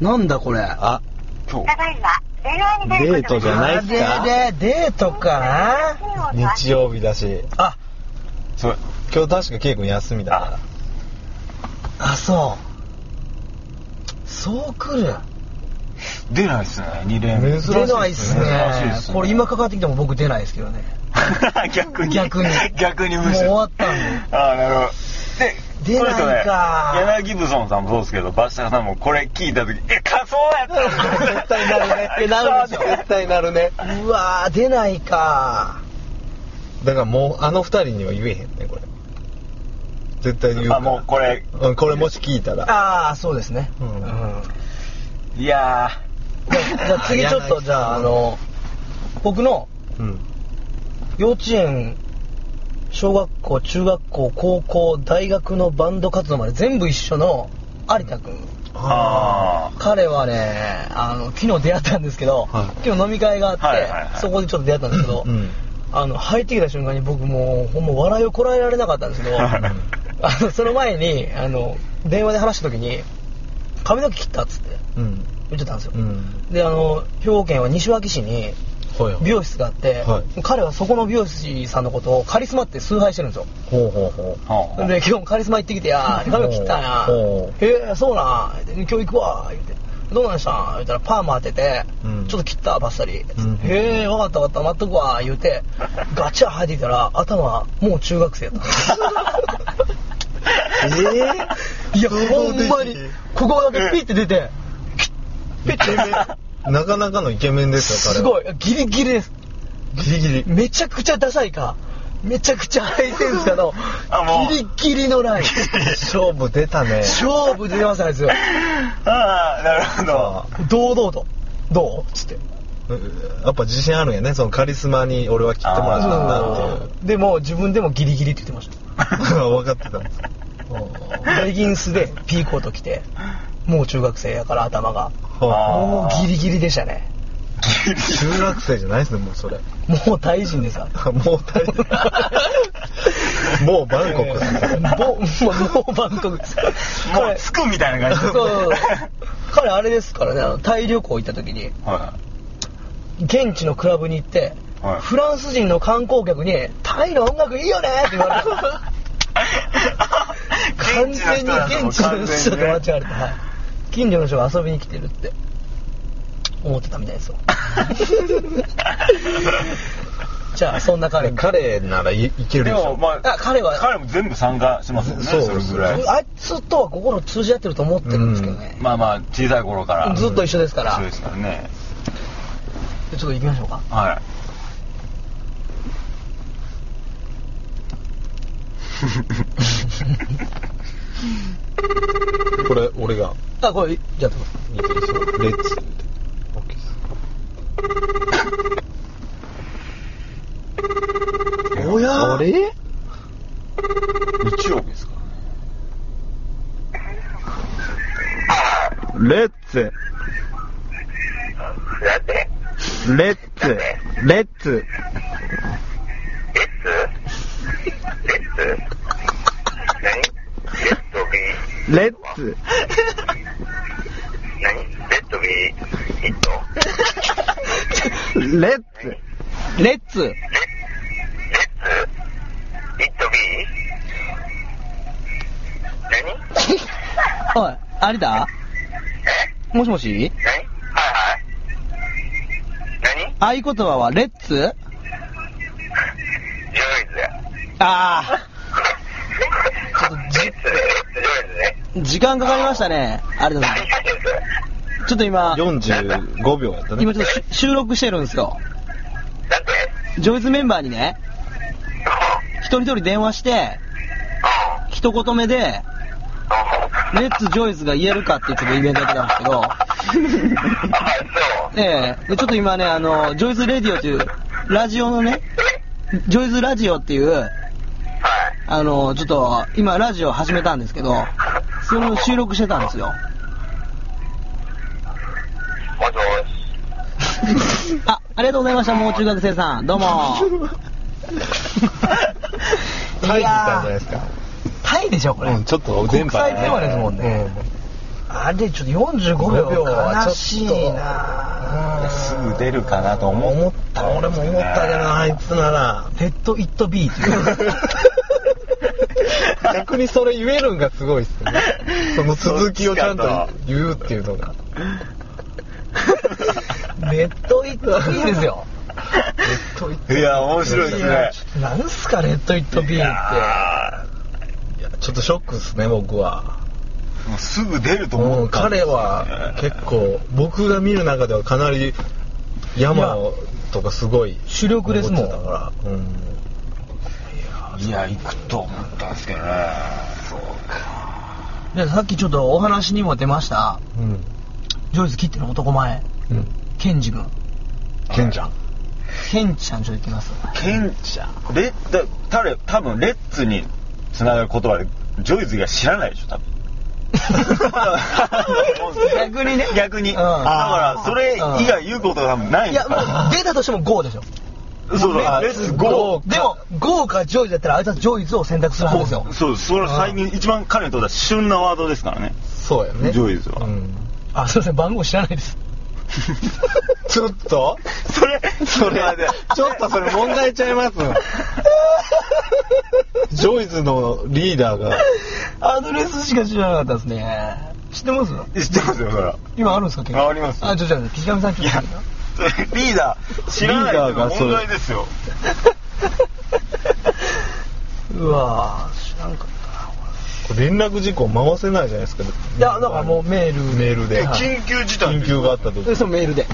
S1: なんだこれ
S3: あ、
S2: 今日
S4: ただいま、電話に出る
S3: デー
S4: こと
S3: トじゃないっすか
S1: あれでデートか
S3: 日曜日だし、
S1: なあ
S2: それ
S3: 今日確かケイ君休みだか
S1: あそうそう来る
S2: 出ないっすね2連
S3: 珍しい
S1: 出
S3: っすね
S1: ないっすね
S2: 珍しいっすね
S1: これ今かかってきても僕出ないですけどね
S2: 逆に
S1: 逆に
S2: 逆に無視
S1: もう終わったん
S2: ああなるほどで
S1: 出ないか。
S2: そうですよね柳ブソンさんもそうですけどバッシャーさんもこれ聞いた時え仮想やった
S3: ら。絶対 なるね
S1: えなる でしょ
S3: 絶対なるね。
S1: うわー出ないか
S3: だからもうあの二人には言えへんね、これ。絶対言うから。
S2: あもうこれ
S3: うん、これもし聞いたら。
S1: ああそうですね
S3: うん
S2: いや
S1: じゃあじゃあ次ちょっとじゃああの僕の
S3: うん。
S1: 幼稚園小学校中学校高校大学のバンド活動まで全部一緒の有田君
S2: ーあ
S1: 彼はねあの昨日出会ったんですけど、
S3: はい
S1: 昨日飲み会があって、
S2: はいはいはい
S1: そこでちょっと出会ったんですけど、
S3: うん
S1: あの入ってきた瞬間に僕もうほんま笑いをこらえられなかったんですけど あのその前にあの電話で話した時に髪の毛切ったっつって
S3: うん
S1: 言ってたんですよ、
S3: うん
S1: であの兵庫県は西脇市に
S3: はいはい
S1: 美容室があって、
S3: はい
S1: 彼はそこの美容師さんのことをカリスマって崇拝してるんですよ
S3: ほうほうほ
S2: はあ
S1: で今日もカリスマ行ってきてやー髪を切ったんや
S3: おう
S1: えー、そうなん今日行くわ言ってどうなんしたん言ったらパーマ当てて、
S3: うん
S1: ちょっと切ったばっさり、
S3: ん
S1: へえ分かった分かった待っとくわ言うてガチャ入ってきたら頭もう中学生やった えいやほんまにここだけピッて出てピッピッて出て
S3: うなかなかのイケメンですよ
S1: す
S3: 彼は
S1: ごいギリギリです
S3: ギリギリ
S1: めちゃくちゃダサいかめちゃくちゃハイセンスかの
S2: あもう
S1: ギリギリのライン
S3: 勝負出たね
S1: 勝負出てますあいつ
S2: ああ、なるほど。
S1: 堂々と「どう?」っつって
S3: やっぱ自信あるんやねそのカリスマに俺は切ってもらったんだっていう
S1: でも自分でもギリギリって言ってました
S3: 分かってたんです
S1: レギンスでピーコート着てもう中学生やから頭が
S3: はあ
S1: もうギリギリでしたね
S3: 中学生じゃないですねもうそれ
S1: もう大人ですあ
S3: もう大もうバンコ ク
S1: ぼもうバンコクです
S2: もう、
S1: 彼
S2: つくみたいな感じ
S1: そうそうそう彼あれですからねあのタイ旅行行った時に
S2: は
S1: 現地のクラブに行って、
S2: はい
S1: フランス人の観光客に「タイの音楽いいよね!」って言われた
S2: い。
S1: 完全に現地の人と間違われて、
S2: た
S1: はい、近所の人が遊びに来てるって思ってたみたい ですよじゃあそんな彼に
S3: 彼ならいいける
S2: で
S3: でし
S2: も、
S3: ょ
S2: まあ、
S1: あ彼は
S2: 彼も全部参加しますもんね、
S3: そう
S2: それぐらい。
S1: あいつとは心通じ合ってると思ってるんですけどね、
S2: まあまあ、小さい頃から。
S1: ずっと一緒ですから、
S2: 一緒で
S1: ち
S2: すからね。
S1: ょっと行きましょうか
S2: はい。
S3: これ俺が
S1: あこれじゃあどうぞ
S3: レッツオッケーです
S1: おや
S3: あれ
S2: 日曜日ですからね。レッツレッツレッツレッツレッツ
S1: レッツおい有田もしもし合言葉はレッツああ時間かかりましたね有田さんちょっと今
S3: 45秒やったね
S1: 今ちょっとし収録してるんですよ
S5: なんて
S1: ジョイズメンバーにね一人一人電話して一言目でレッツジョイズが言えるかっていうちょっとイベントやってたんですけど
S5: あ、そう。
S1: ええで、ちょっと今ね、あの、ジョイズレディオという、ラジオのね、ジョイズラジオっていう、あの、ちょっと、今ラジオ始めたんですけど、それを収録してたんですよ。
S5: もしもし。
S1: あ、ありがとうございました、もう中学生さん。どうも。
S3: タイに行ったんじゃないですか
S1: タイでしょ、これ。
S3: うんちょっと電
S1: 国
S3: 波
S1: 際電話ですもんね。あれ、ちょっと45
S3: 45秒はちょっと
S1: な
S2: すぐ出るかなと思
S3: 思った俺も思ったけどなあいつなら
S1: レッド・イット・ビーっていう。
S3: 逆にそれ言えるんがすごいっす ねその続きをちゃんと言うっていうのが
S1: レッド・イット・ビーですよ。
S2: いや、面白いですね。
S1: なんすか、レッド・イット・ビーって。
S3: いやちょっとショックっすね僕は
S2: もうすぐ出ると
S3: も
S2: 思
S3: う
S2: ったんで
S3: 彼
S2: すよ
S3: は結構僕が見る中ではかなり山をとかすごい
S1: 主力ですもん
S3: 登ってたから、うん、
S2: いや、行くと思ったんですけどね。そうか。
S1: でさっきちょっとお話にも出ました
S3: うん
S1: ジョイズ切っての男前
S3: うん
S1: ケンジ君
S3: ケンちゃん
S1: ケンちゃんちょっと行きます
S2: ケンちゃん。レッ、だ彼、多分、レッツにつながる言葉で、ジョイズが知らないでしょ、多 分。
S1: 逆にね
S2: 逆に。
S1: うん
S2: だから、それ以外言うことが多分ない
S1: いやもう出たとしても GO でしょ
S2: そうそう
S3: あ
S2: レッツゴ
S3: ー
S1: でも、豪華ジョイズやったら、あいつはジョイズを選択するはずですよ。
S2: そうです。それは最近一番彼にとっては旬なワードですからね。
S3: そうやね
S2: ジョイズは
S3: うん
S1: あ、すいません、番号知らないです。
S3: ちょっと
S2: それ、それはね、
S3: ちょっとそれ問題ちゃい ますジョイズのリーダーが
S1: アドレスしか知らなかったですね。知ってます
S2: 知ってますよ、それは。
S1: 今あるんですか結構
S2: ああります
S1: あ、ちょ、ちょ、岸上さん、ちょっと。
S2: それリーダー、知らない
S3: リーダーが
S2: って
S3: そ
S2: 問
S3: れ
S2: 題ですよ。
S1: うわぁ、知らんかったな。
S3: 連絡事項回せないじゃないですかい
S1: いや、だからもうメール。
S3: メールで
S1: はい
S2: 緊急事態
S3: 緊急があった時
S1: で、そのメールで。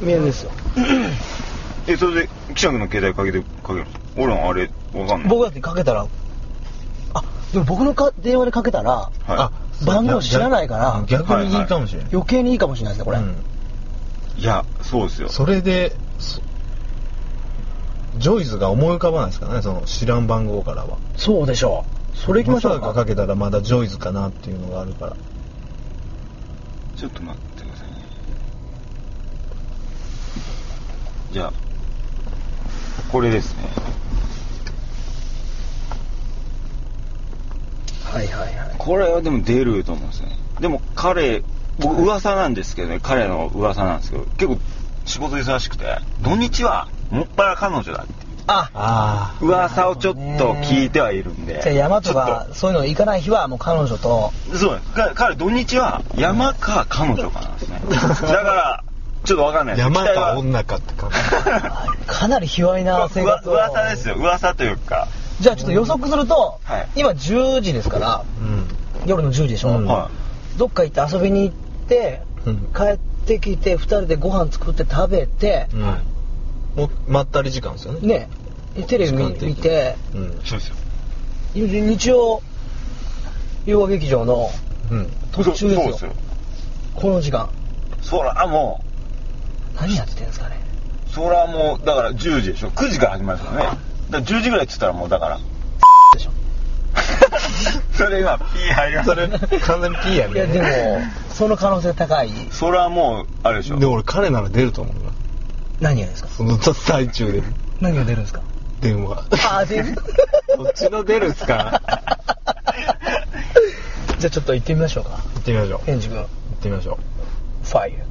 S1: メール ですよ。
S2: え、それで、記者君の携帯かけて、かける俺はあれ、わかんない。
S1: 僕だってかけたら、あ、でも僕のか電話でかけたら、
S2: は
S1: 番号知らないから
S3: 逆逆にいいかもしれない、
S1: 余計にいいかもしれないですね、これ。
S3: うん
S2: い。いや、そうですよ。
S3: それでそジョイズが思い浮かばないですからねその知らん番号からは
S1: そうでしょう。それ行きましょう
S3: まさ
S1: か。
S3: かかけたらまだジョイズかなっていうのがあるから
S2: ちょっと待ってくださいね。じゃあ、これですね。
S1: はいはいはい。
S2: これはでも出ると思うんですよね。でも彼、僕噂なんですけどね、彼の噂なんですけど、結構仕事忙しくて、土日はもっぱら彼女だって。
S1: あ、
S3: あ
S2: 噂をちょっと聞いてはいるんで。
S1: じゃあ山とか
S2: ちょっ
S1: そういうの行かない日はもう彼女と
S2: と。そうです。か彼、土日は山か彼女かなんで すね。だから、ちょっとわかんないです。
S3: 山
S2: 期待は
S3: か 女かって感じ
S1: かなり卑猥な生活を
S2: うわ噂ですよ。噂というか。
S1: じゃあちょっと予測すると、
S2: はい
S1: 今10時ですから
S3: うん
S1: 夜の10時でしょ、
S3: うん
S2: は
S1: どっか行って遊びに行って、
S3: うん
S1: 帰ってきて2人でご飯作って食べて、
S3: うんもうまったり時間ですよね
S1: ねテレビ見
S3: 時間的に
S1: 見て
S3: うん
S2: い。そうですよ。
S1: 日曜洋画劇場の
S3: うん
S1: 途中ですよ
S2: そうそうですよ。
S1: この時間
S2: そらも
S1: 何やってんですかね
S2: う、そらもう、だから10時でしょ。9時から始まるんですよね。だから10時ぐらいって言ったらもうだから。
S1: でしょ
S2: それ今、ピー入りま
S3: そ
S2: し
S3: れ完全に P や
S1: いや
S3: ね
S1: でもその可能性高い
S2: た。そらもう、あれでしょ。
S3: で俺彼なら出ると思うな
S1: 何がですか
S3: その最中で
S1: 何が出るんですか
S3: 電話
S1: あー出る
S3: そっちの出るっすか
S1: じゃあちょっと行ってみましょうか
S3: 行ってみましょう
S1: エンジ君フ
S3: 行ってみましょ
S1: ァイル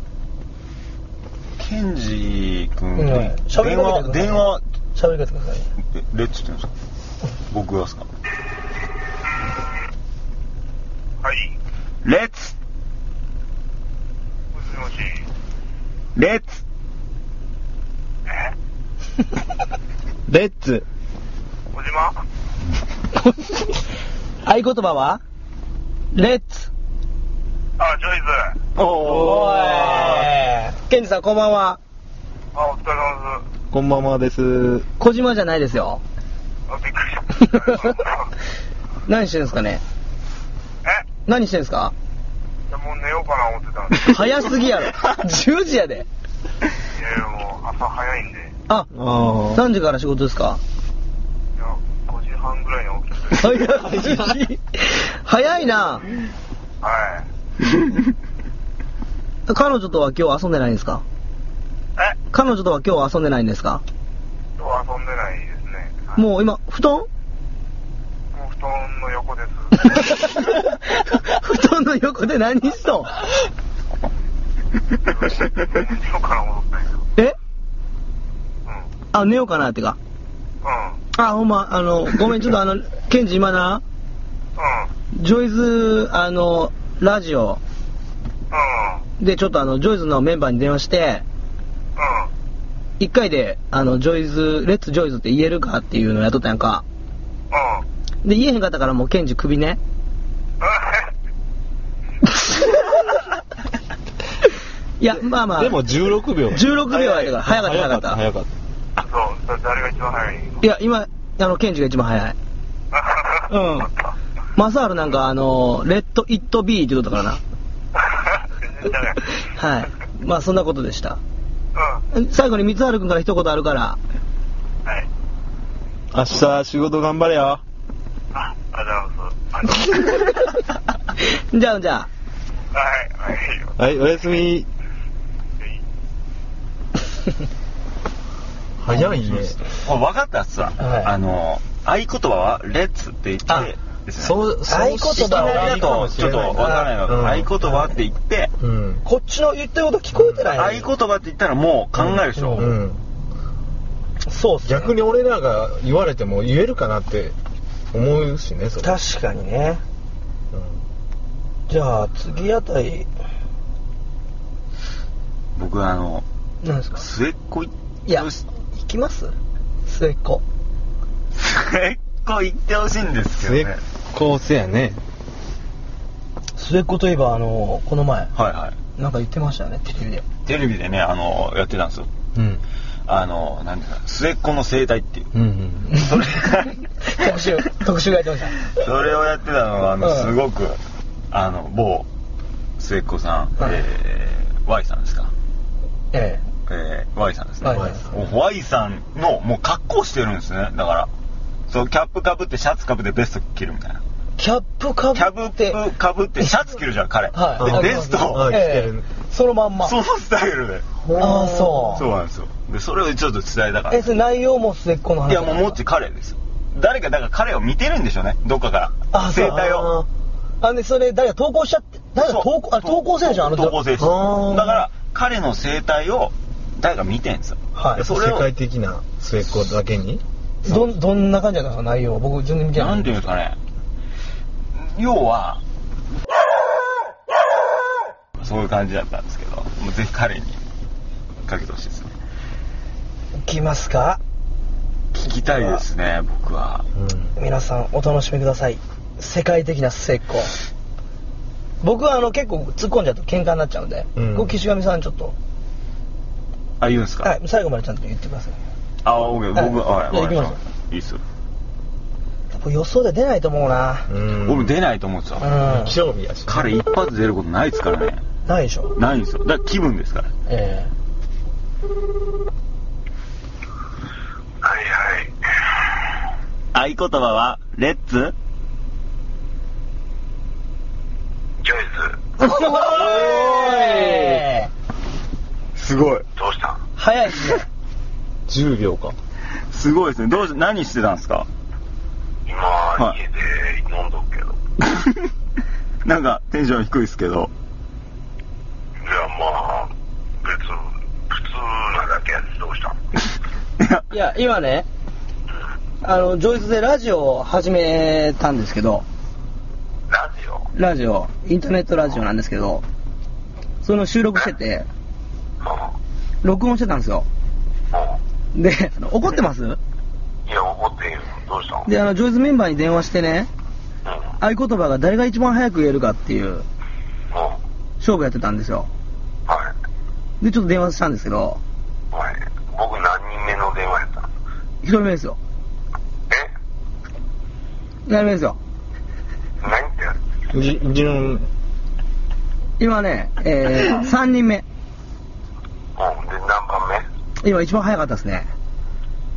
S2: ケンジ君
S1: うん
S2: に
S1: 喋り
S2: 電
S1: かけてくださ
S2: 話、
S1: い
S2: 電話、
S1: 喋り方ください
S2: えレッツって言うんですか僕がですか
S5: はい。
S2: レッツ
S5: もしもし。
S2: レッツ
S5: え
S3: うレッツ
S5: 小島
S1: 合言葉はレッツ
S5: あ、ジョイズ。
S2: お
S1: ケンジさんこんばんは
S5: あ、お疲れ様で
S3: こんばんはです
S1: 小島じゃないですよ
S5: す。あ、びっくりした。
S1: 何してるんですかね
S5: え
S1: 何してるんですか
S5: いやもう寝ようかな思ってたんですけ
S1: 早すぎやろ 10時やで
S5: ど。いやいやもう朝早いんで。い
S1: あ
S3: あ
S1: 何時から仕事ですか
S5: や、5時半ぐらいに起きて。
S1: 早い 早いな
S5: はい。
S1: 彼女とは今日遊んでないんですか
S5: え
S1: 彼女とは今日は遊んでないんですか
S5: 今日遊んでないですね。はい
S1: もう今布団
S5: もう布団の横です。
S1: 布団の横で何しそう
S5: 寝ようかな思ったんやけど。
S1: え
S5: うん。
S1: あ寝ようかなってか
S5: うん。
S1: あ、ほんま、あの、ごめん、ちょっとあの、ケンジ今な、
S5: うん。
S1: ジョイズ、あの、ラジオ
S5: うん。
S1: で、ちょっとあの、ジョイズのメンバーに電話して、
S5: うん。
S1: 一回で、あの、ジョイズ、レッツジョイズって言えるかっていうのをやっとったやんか。
S5: うん。
S1: で、言えへんかったからもうケンジ首ね。いや、まあまあ。
S3: でも、16秒
S1: 16秒やったから、早かった、早かった。
S3: 早かった
S5: そう、だ誰が一番早いの
S1: いや、今、あの、ケンジが一番早い。うんマサールなんか、あの、レッド・イット・ビーって言うとったからな。
S5: 全然 だね。
S1: はい。まあ、そんなことでした。
S5: うん。
S1: 最後に三春くんから一言ある から。
S5: はい。
S3: 明日仕事頑張れよ
S5: あ、ありがとうございます。ありがとうございます
S1: じゃあ、じゃあ。
S5: はい、はい。
S3: はいおやすみ早いね。
S2: これ分かったっすわ。
S6: はい
S2: あの、合言葉は、レッツって言って、ですね
S3: そう、そう
S6: 合言葉
S3: した方
S6: は
S3: がい
S2: だ
S3: いかも
S2: と、
S3: し
S2: ちょ
S3: れ
S2: っと
S3: な
S2: 分
S3: い
S2: からない
S3: うん
S2: わ。合言葉って言って、
S3: うん。
S6: こっちの言ってること聞こえてないの
S2: 合
S6: に
S2: 言葉って言ったらもう考えるでしょ。
S3: うん。
S6: そうっすね
S3: 逆に俺らが言われても言えるかなって思うしね、それ。
S6: 確かにねじゃあ次あたり
S2: 僕はあの、
S6: なんですか
S2: 末っ子い、
S6: いや
S2: どうし
S6: 行きます末っ子
S2: 末っ子行ってほしいんですけどね。
S3: 子せやね。
S6: 末っ子といえばあのこの前
S2: はいはい。
S6: なんか言ってましたよねテレビで
S2: テレビでね、あの、やってたんですよ。
S3: うん。
S2: あの、なんですか、末っ子の生態っていう。
S3: うん。
S2: それ
S6: 特集特集がやってました
S2: それをやってたのは、あ
S6: う
S2: の、
S6: ん
S2: すごく、あの、某末っ子さん、
S6: はい
S2: えー Y さんですか。
S6: え
S2: えー Y さんですね。
S6: はいはい
S2: Y さんの、もう格好してるんですね。だから、そう、キャップかぶって、シャツかぶって、ベスト着るみたいな。
S6: えキャップかぶ
S2: キャ
S6: っ
S2: ッ
S6: て
S2: プかぶって、シャツ着るじゃん、彼。
S6: はい
S2: で、ベスト
S3: あ
S2: を、
S6: ええそのまんま
S2: そのスタイルで。
S6: ああそう
S2: そうなんですよ。で、それをちょっと伝えたかった
S6: え。それ内容も末っ子の話
S2: いや、もう、もっち彼ですよ。誰か、だから彼を見てるんでしょうね。どっかから。
S6: あそう
S2: 生態を。
S6: あでそれ誰が投稿しちゃって誰が投稿あれ投稿せんでしょあの
S2: 投稿生です。だ
S3: あー
S2: から、彼の生態を、誰か見てんですよ。
S6: はい
S2: それ
S3: 世
S2: を、
S3: 界的な末っ子だけに
S6: どんどんな感じだったんですか内容僕全然見てない
S2: なんていうんですかね。要は、そういう感じだったんですけど、もうぜひ彼にかけてほしいですね。
S6: 行きますか
S2: 聞きたいですね、僕は。
S3: うん。
S6: 皆さんお楽しみください世界的な末っ子僕はあの結構突っ込んじゃうと喧嘩になっちゃうんで、
S3: うん
S6: こう岸上さんちょっと、
S2: あ、言うんですか
S6: はい、最後までちゃんと言ってください
S2: あ、OK、僕、
S6: は
S2: はいい、わかりま
S6: いや行きま
S2: したいいっすよ。
S6: これ予想で出ないと思うな
S3: うん。
S2: 僕出ないと思うんですよ
S6: う。ん
S3: 気象日やし。
S2: 彼一発出ることないですからね。
S6: ないでしょ
S2: ないんですよ。だから気分ですから。
S6: え
S5: はいはい。
S2: 合言葉は、レッツ
S5: ジョイ
S6: ええ
S2: すごい。
S5: ズ、どうしたん
S6: え早いっすね
S3: 10秒か。
S2: すごいですね。どうし、何してたんですか
S5: 今、家で飲んどくけど。
S2: なんか、テンション低いですけど。
S5: いや、まあ、別、普通なだけやでどうしたん
S1: いや、今ね、あの、ジョイズでラジオを始めたんですけど、
S5: ラジオ
S1: ラジオ、インターネットラジオなんですけど、その収録してて、
S5: う
S1: 録音してたんですよ。
S5: ん。
S1: で、あの怒ってます
S5: うん。いや、怒ってんよ。どうしたん
S1: で、あの、ジョイズメンバーに電話してね、
S5: う。
S1: 合言葉が誰が一番早く言えるかっていうん
S5: うん。
S1: 勝負やってたんですよ。
S5: はい。
S1: で、ちょっと電話したんですけど、
S5: はい。僕何人目の電話やったん
S1: 一人目ですよ。
S5: え
S1: 二人目ですよ。
S5: 何ってやつ
S3: じ、じゅん。
S1: 今ね、え ー、三人目。
S5: うん。で、何番目
S1: 今一番早かったですね。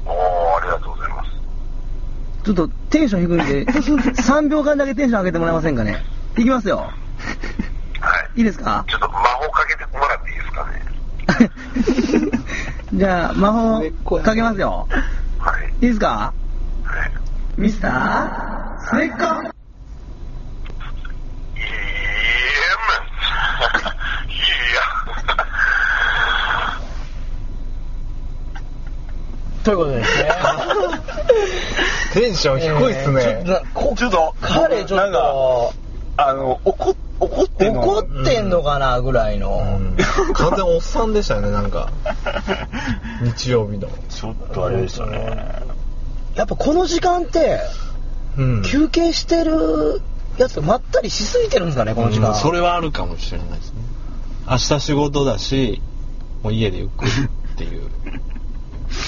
S5: おー、ありがとうございます。
S1: ちょっとテンション低いんで、3秒 間だけテンション上げてもらえませんかね。いきますよ。
S5: はい。
S1: いいです か
S5: ちょっと魔法かけてもらっていいですかね。
S1: じゃあ、魔法かけますよ。
S5: はい。
S1: いいですか
S5: はい。
S1: ミスタースネッカ
S5: いいえ、いや。
S6: ということでですね
S3: テンション低いっす
S6: え
S3: ね
S6: え。ちょっとなこ
S2: ちょっと
S6: 彼ちょ
S2: な
S6: っ
S2: んか
S6: と
S2: あの、怒、怒ってんの
S6: 怒ってんのかなぐらいの、
S3: うん完全おっさんでしたよね、なんか。日曜日の。
S2: ちょっとあれでしたね。
S6: やっぱこの時間って
S3: うん
S6: 休憩してるやつがまったりしすぎてるんですかねこの時間、
S7: うんそれはあるかもしれないですね明日仕事だしもう家でゆっくりっていう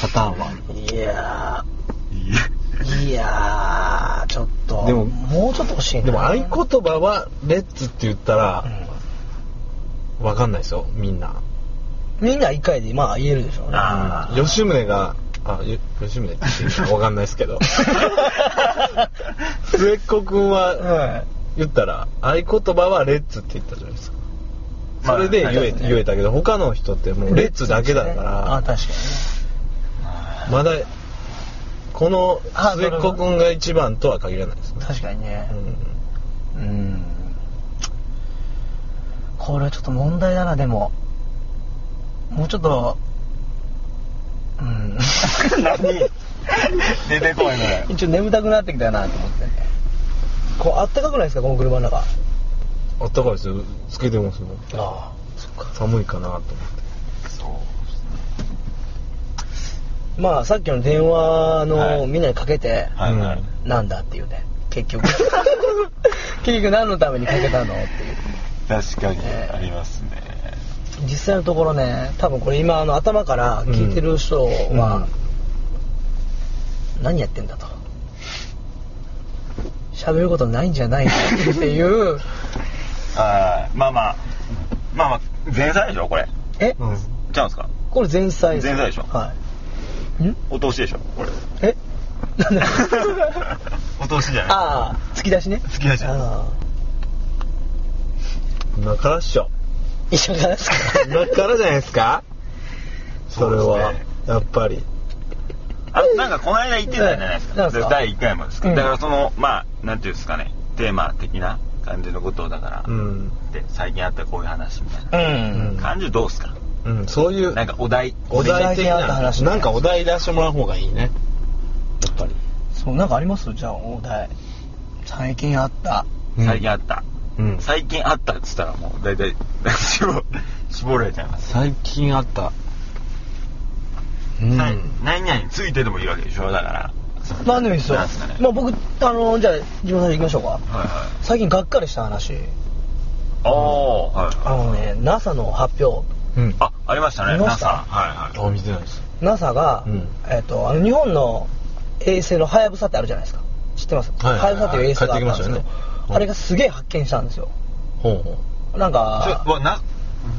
S7: パターンはある
S6: いやーいやーちょっと
S3: でも
S6: もうちょっと欲しいな
S3: でも合言葉は、レッツって言った
S6: う
S3: ら、
S6: ん
S3: わかんないですよ、みんな。
S6: みんな一回でまあ言えるでしょうね
S3: うん吉宗が、あ、よ吉宗って言うかわかんないですけど。末っ子くんは、
S6: はい
S3: 言ったら、合言葉はレッツって言ったじゃないですか。
S2: まあ
S3: それで言
S2: はい
S3: え,、言えたけど、他の人ってもうレッツだけだか
S6: あ
S3: ら、
S6: 確かにね
S3: まだこの
S1: ハード
S3: 末
S1: ル
S3: っ
S1: が
S3: 子くんが一番とは限らないですね
S1: 確かにね
S3: うん
S1: うん、これはちょっと問題だなでももうちょっとうん
S2: 出てこいのよ。
S1: 一応眠たくなってきたなと思ってねこうあったかくないですかこの車の中あ
S3: あったかいですよつけてますよ
S1: あそっか
S3: 寒いかなと思って
S1: まあさっきの電話
S2: は
S1: の
S2: い
S1: みんなにかけて、
S2: はい
S3: うん
S2: はい
S1: なんだっていうね結 局結局何のためにかけたのっていう
S2: 確かに
S1: ね
S2: ありますね。
S1: 実際のところね多分これ今あの頭から聞いてる人は、何やってんだと喋ることないんじゃないかっていう
S2: はい。まあまあ、まあまあ、前菜でしょ、これ。
S1: え
S3: うん
S2: ちゃうんですか
S1: これ前菜
S2: 前菜でしょ
S1: はいん
S2: お通しでしょ、これ。
S1: えなんだ
S2: お通しじゃない
S1: ああ突き出しね
S2: 突き出し
S1: ああ
S3: 今からっしょ
S1: 一緒じゃないですか
S3: 今からじゃないですかそれ
S2: そう
S3: は
S2: ですね
S3: やっぱり
S2: あなんかこの間言ってたんじゃないです
S1: な
S2: か
S1: んすか
S2: 第1回もですか、
S1: うん
S2: だからそのまあなんていうんですかねテーマ的な感じのことをだから、
S3: うん
S2: で最近あったこういう話みたいな
S3: うん
S2: 感じどうっすか
S3: うんそういう
S2: なんかお題
S3: お題的
S1: お題的な
S3: な
S1: 話
S8: なんかお題出してもらう方がいいね。やっぱり。
S1: そうなんかありますじゃあお題最近あった
S2: 最近あった、
S3: うん
S2: 最近あったっつったらもう大体 絞絞られちゃいます、
S8: 最近あった。
S3: うん
S2: さい何々についてでもいいわけでしょだから
S1: まあでもいいですよ
S2: なんすかね
S1: まあ僕あのじゃあ自分最初行きましょうか
S2: はいはい
S1: 最近がっかりした話
S2: ああはい
S1: あのね NASA の発表
S3: うん
S2: あありましたね
S1: 見ました
S2: NASA はいは
S3: あ見てないです
S1: NASA が、
S3: うん
S1: えっとあの日本の衛星のはやぶさってあるじゃないですか知ってます
S3: はいはいはい
S1: やぶさっていう衛星があったんですけ
S3: 帰
S1: ど、
S3: ってきましたよねうん
S1: あれがすげえ発見したんですよ
S3: ほうほう
S1: なん
S2: いそれ
S1: か
S2: はな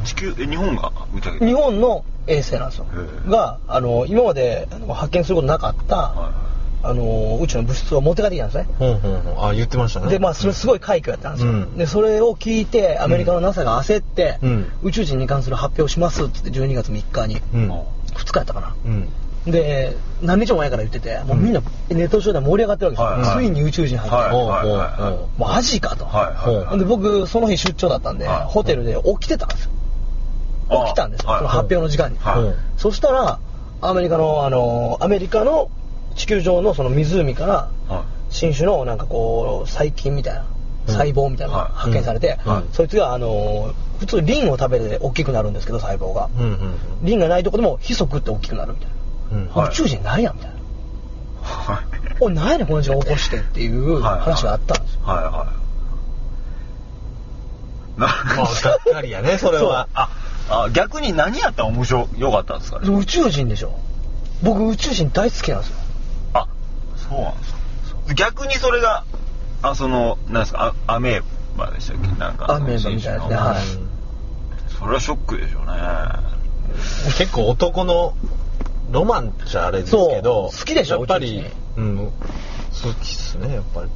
S2: 地球え日本が打ち上げた
S1: 日本の衛星なんですよ
S2: へえ
S1: があの今まであの発見することなかった、
S2: はい
S1: あの宇宙の物質を持って帰ってきたんですね
S3: ほうほうほうあ言ってましたね
S1: でまあそれすごい快挙やったんですよ、
S3: うん
S1: でそれを聞いてアメリカの NASA が焦って、
S3: うん
S1: 宇宙人に関する発表をしますっつって12月3日に
S3: うん
S1: 2日やったかな
S3: うん
S1: で何日も前から言っててもうみんなネット上で盛り上がってるわけですよ、
S2: はいはい
S1: ついに宇宙人発見、
S2: はい
S3: ほうほうほう
S2: はいはい
S3: ほ
S1: マジかと、
S2: はいはいはい
S3: ほ
S1: で僕その日出張だったんで、
S2: はい
S1: ホテルで起きてたんですよ
S2: あ
S1: 起きたんですよ、
S2: はい
S1: その発表の時間に、
S2: はいう
S1: そしたらアメリカのあのアメリカの地球上のその湖から
S2: はい
S1: 新種のなんかこう細菌みたいな
S3: うん
S1: 細胞みたいなのが
S2: はい
S1: 発見されて、
S3: うんはい
S1: そいつがあの普通リンを食べて大きくなるんですけど細胞が、
S3: うんうん
S1: リンがないとこでもヒ素食って大きくなるみたい
S3: うん
S1: な、
S2: はい
S1: 宇宙人ないやんみたいな
S2: はい
S1: おい何やねんこの時間起こしてっていう 話があったんですよ、
S2: はいはい。な、
S3: まあがっかりやねそれは
S2: あ、あ、逆に何やったら面白、よかったんですかね。
S1: 宇宙人でしょ僕宇宙人大好きなんですよ
S2: あ、そうなんですか。逆にそれが、あ、その、なんですか、あアメーバでしたっけなんか。
S1: アメーバみたいなやつね
S2: その
S1: はい
S2: それはショックでしょうね。
S3: 結構男のロマンっちゃあれですけど
S1: そう好きでしょ
S3: やっぱり
S1: 宇宙
S3: うん好きっすねやっぱり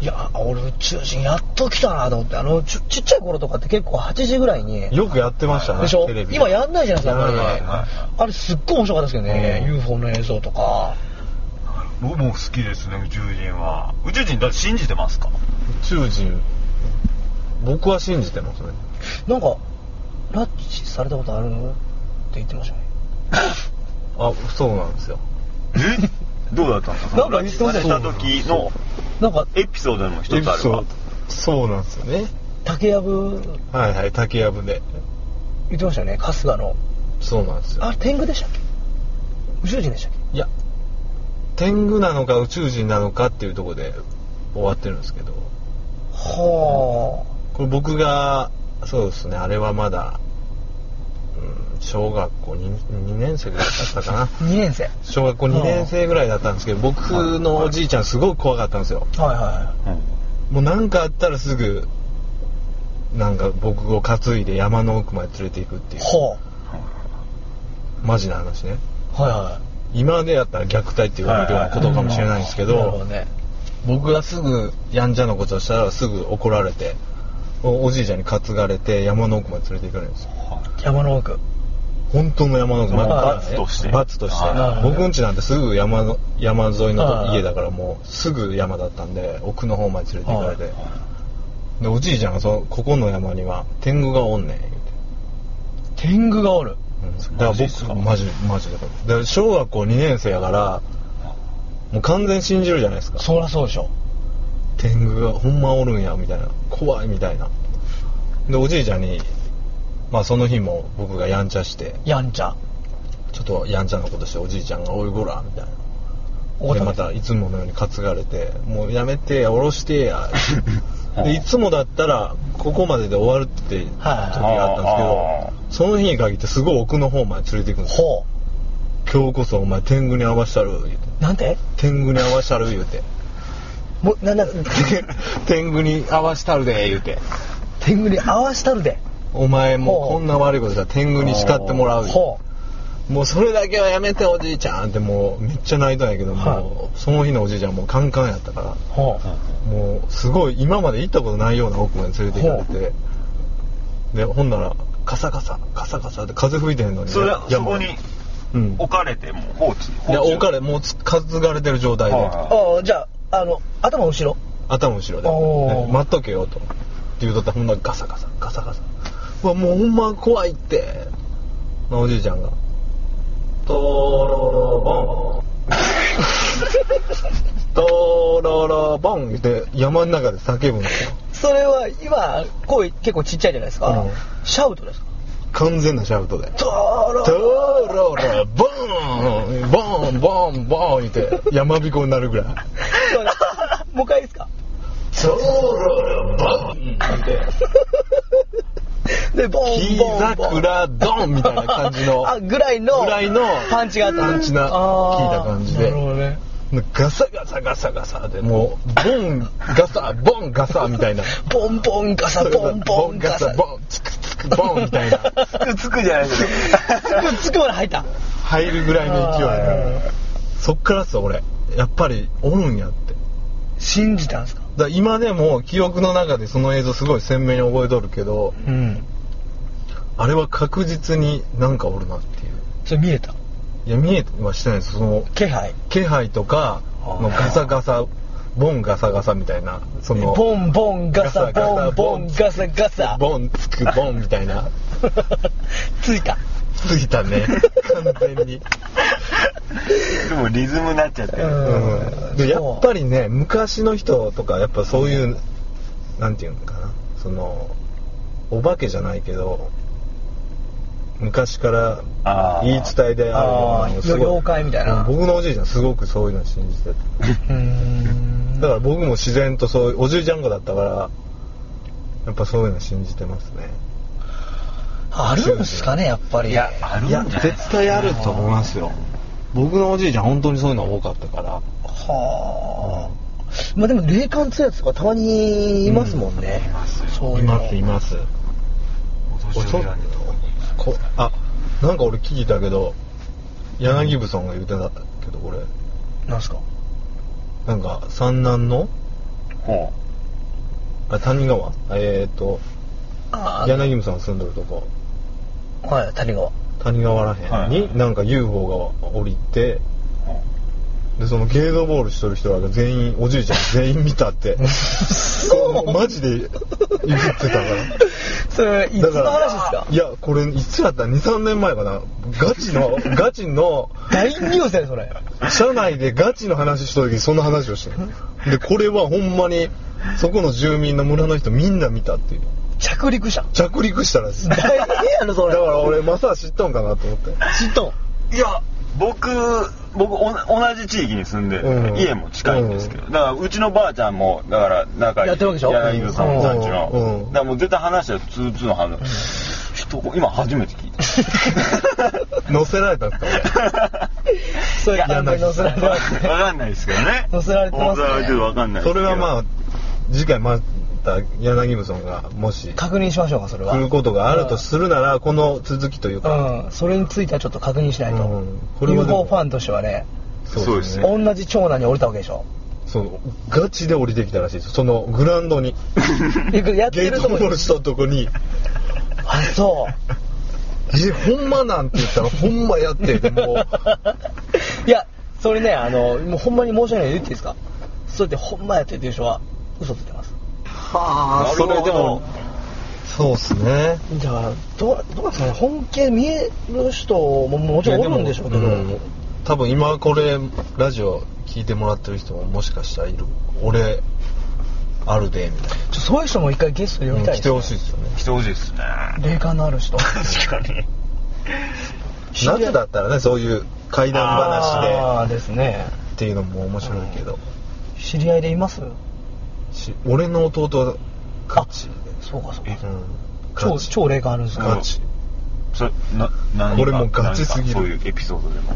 S1: いや俺宇宙人やっと来たなと思ってあのちちっちゃい頃とかって結構8時ぐらいに
S3: よくやってましたね
S1: でしょ
S3: テレビ
S1: 今やんないじゃないですか、あんまり
S3: はい
S2: はいはい
S1: あれすっごい面白かったですけどね、
S3: うん
S1: UFO の映像とか。
S2: 僕も好きですね、宇宙人は。宇宙人だって信じてますか
S3: 宇宙人僕は信じてますね
S1: なんか、拉致されたことあるのって言ってましたね。
S3: あそうなんですよ
S2: えどうだったんですか
S1: なんか言ってました
S2: その拉致された時の
S1: なんか、
S2: エピソードでも一つあ
S3: エ
S2: れ
S3: ピ
S2: ば。
S3: ソードそうなんですよね
S1: 竹やぶ
S3: はいはい竹やぶで
S1: 言ってましたよね、春日の。
S3: そうなんですよ
S1: あれ、天狗でしたっけ宇宙人でしたっけ
S3: いや天狗なのか宇宙人なのかっていうところで終わってるんですけど
S1: は
S3: これ僕がそうですねあれはまだ、うん、小学校 2, 2年生ぐらいだったかな
S1: あ。2年生。はい
S3: 小学校2年生ぐらいだったんですけど僕のおじいちゃんすごい怖かったんですよ
S1: はいは
S2: うん
S3: もう何かあったらすぐなんか僕を担いで山の奥まで連れていくってい
S1: い。
S3: う
S1: は
S3: マジな話ね
S1: あ。はいは
S3: 今でやったら虐待って言われるようなことかもしれないんですけ
S1: い。なるほ
S3: ど
S1: どね。
S3: 僕がすぐやんちゃなことをしたらすぐ怒られておおじいちゃんに担がれて山の奥まで連れて行かれるんですよ
S1: 山の奥。
S3: 本当の山の奥
S2: まあ
S3: 真
S2: 罰
S3: っ暗
S2: として
S3: 罰として
S2: あ
S1: ー
S3: 僕ん家なんてすぐ山の山沿いの
S1: あ
S3: と
S1: ー
S3: 家だからもうすぐ山だったんで奥の方まで連れて行かれてでおじいちゃんがそのここの山には天狗がおんねん言うて
S1: 天狗がおる。
S3: うんだから
S2: マジっすか
S3: 僕マジマジでだから小学校2年生やからもう完全に信じるじゃないですか
S1: そらそうでしょ。
S3: 天狗がほんまおるんやみたいな怖いみたいなでおじいちゃんにまあその日も僕がやんちゃして
S1: やんちゃ。
S3: ちょっとやんちゃなことしておじいちゃんが「おいごら」みたいな
S1: お
S3: で
S1: た
S3: またいつものように担がれて「もうやめてや下ろして や」でいつもだったらここまでで終わるって時があったんですけど、
S2: はい
S3: その日に限ってすごい奥の方まで連れて行くんですよ
S1: ほ
S3: 今日こそお前天狗に合わしたる言うて
S1: う。なんて
S3: 天狗に合わしたる言うて
S1: もう、なんだ、
S3: 天狗に合わしたるで言うて
S1: 天狗に合わしたるで。
S3: お前もう
S1: ほう
S3: こんな悪いことしたら天狗に叱ってもらう言うて
S1: ほ
S3: もうそれだけはやめておじいちゃんってもうめっちゃ泣いたんやけど、
S1: はい
S3: もうその日のおじいちゃんもうカンカンやったから
S1: う。ほ
S3: もうすごい今まで行ったことないような奥まで連れて行かれてでほんならカサカサカサカサって風吹いてんのに
S2: それはそ
S3: 山
S2: こ
S3: に
S2: に
S3: うん
S2: 置かれてもう放置放
S3: いや
S2: 置
S3: 置かれもうつ担がれてる状態で
S2: は
S1: う。ああ、じゃあ、あの、頭後ろ。
S3: 頭後ろで
S1: おー
S3: ね待っとけよとって言うとったらほんならガサガサガサガサうわもうほんま怖いってまあおじいちゃんが「とろろ ぼん」「とろろぼん」言って山の中で叫ぶんですよ
S1: それは、今、声結構ちっちゃいじゃないですか
S3: うん。
S1: シャウトですか
S3: 完全なシャウトで
S1: ドロ
S3: 「とろろぼんぼんぼんぼん」言って山彦になるぐらい
S1: そうだ もう一回いいです か
S3: 「とろろぼん」って
S1: で、ボン
S3: 木
S1: ボンボン。
S3: 桜ドンみたいな感じ の
S1: あ、ぐらいの。
S3: ぐらいの
S1: パンチがあった。
S3: パンチな
S1: あー
S3: 効いた感じで
S1: なるほどね。
S3: ガサガサガサガサでもうボンガサボンガサみたいな
S1: ボンボンガサ、ボンボンガサ。
S3: ボンつくつくボンみたいな
S2: つくつくじゃないで すか
S1: つくつくまで入った。
S3: 入るぐらいの勢い
S1: あ
S3: でそっからっすよ俺やっぱりおるんやって
S1: 信じたんですか
S3: だから今でも記憶の中でその映像すごい鮮明に覚えとるけど
S1: うん。
S3: あれは確実になんかおるなっていう
S1: それ見えた。
S3: いや見えはしてないですその
S1: 気配。
S3: 気配とかのガサガサボンガサガサみたいなその
S1: ボンボンガサ、
S3: ガサ
S1: ボンボンガサガサ。
S3: ボンつくボンみたいな
S1: ついた。
S3: ついたね完全
S2: で
S3: に、
S2: もリズムになっちゃってる
S3: うん、でやっぱりね昔の人とかやっぱそういう、なんていうのかなそのお化けじゃないけど昔から
S2: あー
S3: 言い伝えであるようなのすご
S1: あ
S3: い
S1: ー妖怪みたいな
S3: 僕のおじいちゃんすごくそういうの信じてた
S1: うーん。
S3: だから僕も自然とそういうおじいちゃん子だったからやっぱそういうの信じてますね
S1: あるんすかね、やっぱり。
S2: いやあるん
S3: い
S2: じゃ
S3: や
S2: ない
S3: 絶対あると思いますよ僕のおじいちゃん本当にそういうの多かったから
S1: はあ。まあでも霊感強いやつとかたまにいますもんね。そう
S3: い
S1: いうの
S3: ますいます
S2: 年寄りなんで
S3: こあなんか俺聞いたけど柳部さんが言ってたけど俺
S1: なんすか
S3: なんか三男の
S2: ほ
S3: あ谷川えっ、ー、と
S1: ああ、
S3: 柳部さんが住んでるとこ
S1: はい、谷 川。
S3: 谷川らへん
S2: はい
S3: になんか UFO が降りてでそのゲートボールしとる人らが全員おじいちゃん全員見たって こうマジで言ってたから
S1: それ、いつの話ですか
S3: いやこれいつやった23年前かなガチのガチの
S1: 大ニュースやね、それ。
S3: 社内でガチの話しとる時にそんな話をしてるでこれはほんまにそこの住民の村の人みんな見たっていう
S1: 着陸者。
S3: 着陸したらしいだか
S1: 大ニュースやの、それ。
S3: ら俺マサは知っとんかなと思って
S1: 知っとん。
S2: ういや僕僕おな同じ地域に住んで、
S3: うん
S2: 家も近いんですけど、だからうちのばあちゃんもだから仲いい
S1: やってるわけでしょ
S2: 柳部さんたちの、
S3: う
S2: だ
S3: ん
S2: からもう絶対話したらツーツーの話、人今初めて聞いた
S3: 乗せられたんですか
S1: そういうのに乗せられてますね。
S2: わかんないですけどね。
S1: 乗せられてますね
S2: 乗せられてるわかんないですけ
S3: 俺それ
S2: ど。
S3: はまあ次回また柳部さんがもし
S1: 確認しましょうか、それは。
S3: 来ることがあるとするならこの続きというか
S1: うん、それについてはちょっと確認しないと。
S3: うんこれはでも
S1: UFO ファンとしてはね、
S2: そうですね
S1: 同じ長男に降りたわけでし ょ。
S3: そのガチで降りてきたらしいですそのグラウンドに
S1: やって
S3: ゲ
S1: ると
S3: ートボ
S1: こ
S3: ールしたとこに
S1: あ、そ
S3: えほんまなんて言ったらほんまや っても
S6: いやそれねあのもうほんまに申し訳ない言っていいですかそれでほんまやってっていう人は嘘ついてます
S1: はあ、それでも。
S3: うそうっすね
S6: だからどうどうなんですかね本気見える人ももちろんおるんでしょうけど、
S3: うん多分今これラジオ聞いてもらってる人ももしかしたらいる俺あるでみたい
S6: ちょそういう人も一回ゲストで
S3: な
S6: 呼びたい
S3: 来
S6: で
S3: て
S6: すね
S3: ほしいですよね
S2: 来てほしいですね。
S6: 霊感のある人
S2: 確かに。
S3: 夏だったらねそういう怪談
S6: あ
S3: 話
S6: あ
S3: で
S6: ですね
S3: っていうのも面白いけど、
S6: 知り合いでいます
S3: し俺の弟はガチ
S6: そうかそう
S3: で、
S6: か
S3: うん、
S6: 超
S3: ガチ
S6: 超霊感あるんですか
S3: ガチ
S2: それ、な、何か
S3: 俺もガチすぎ
S2: 何
S3: る
S2: かそういうエピソードでも。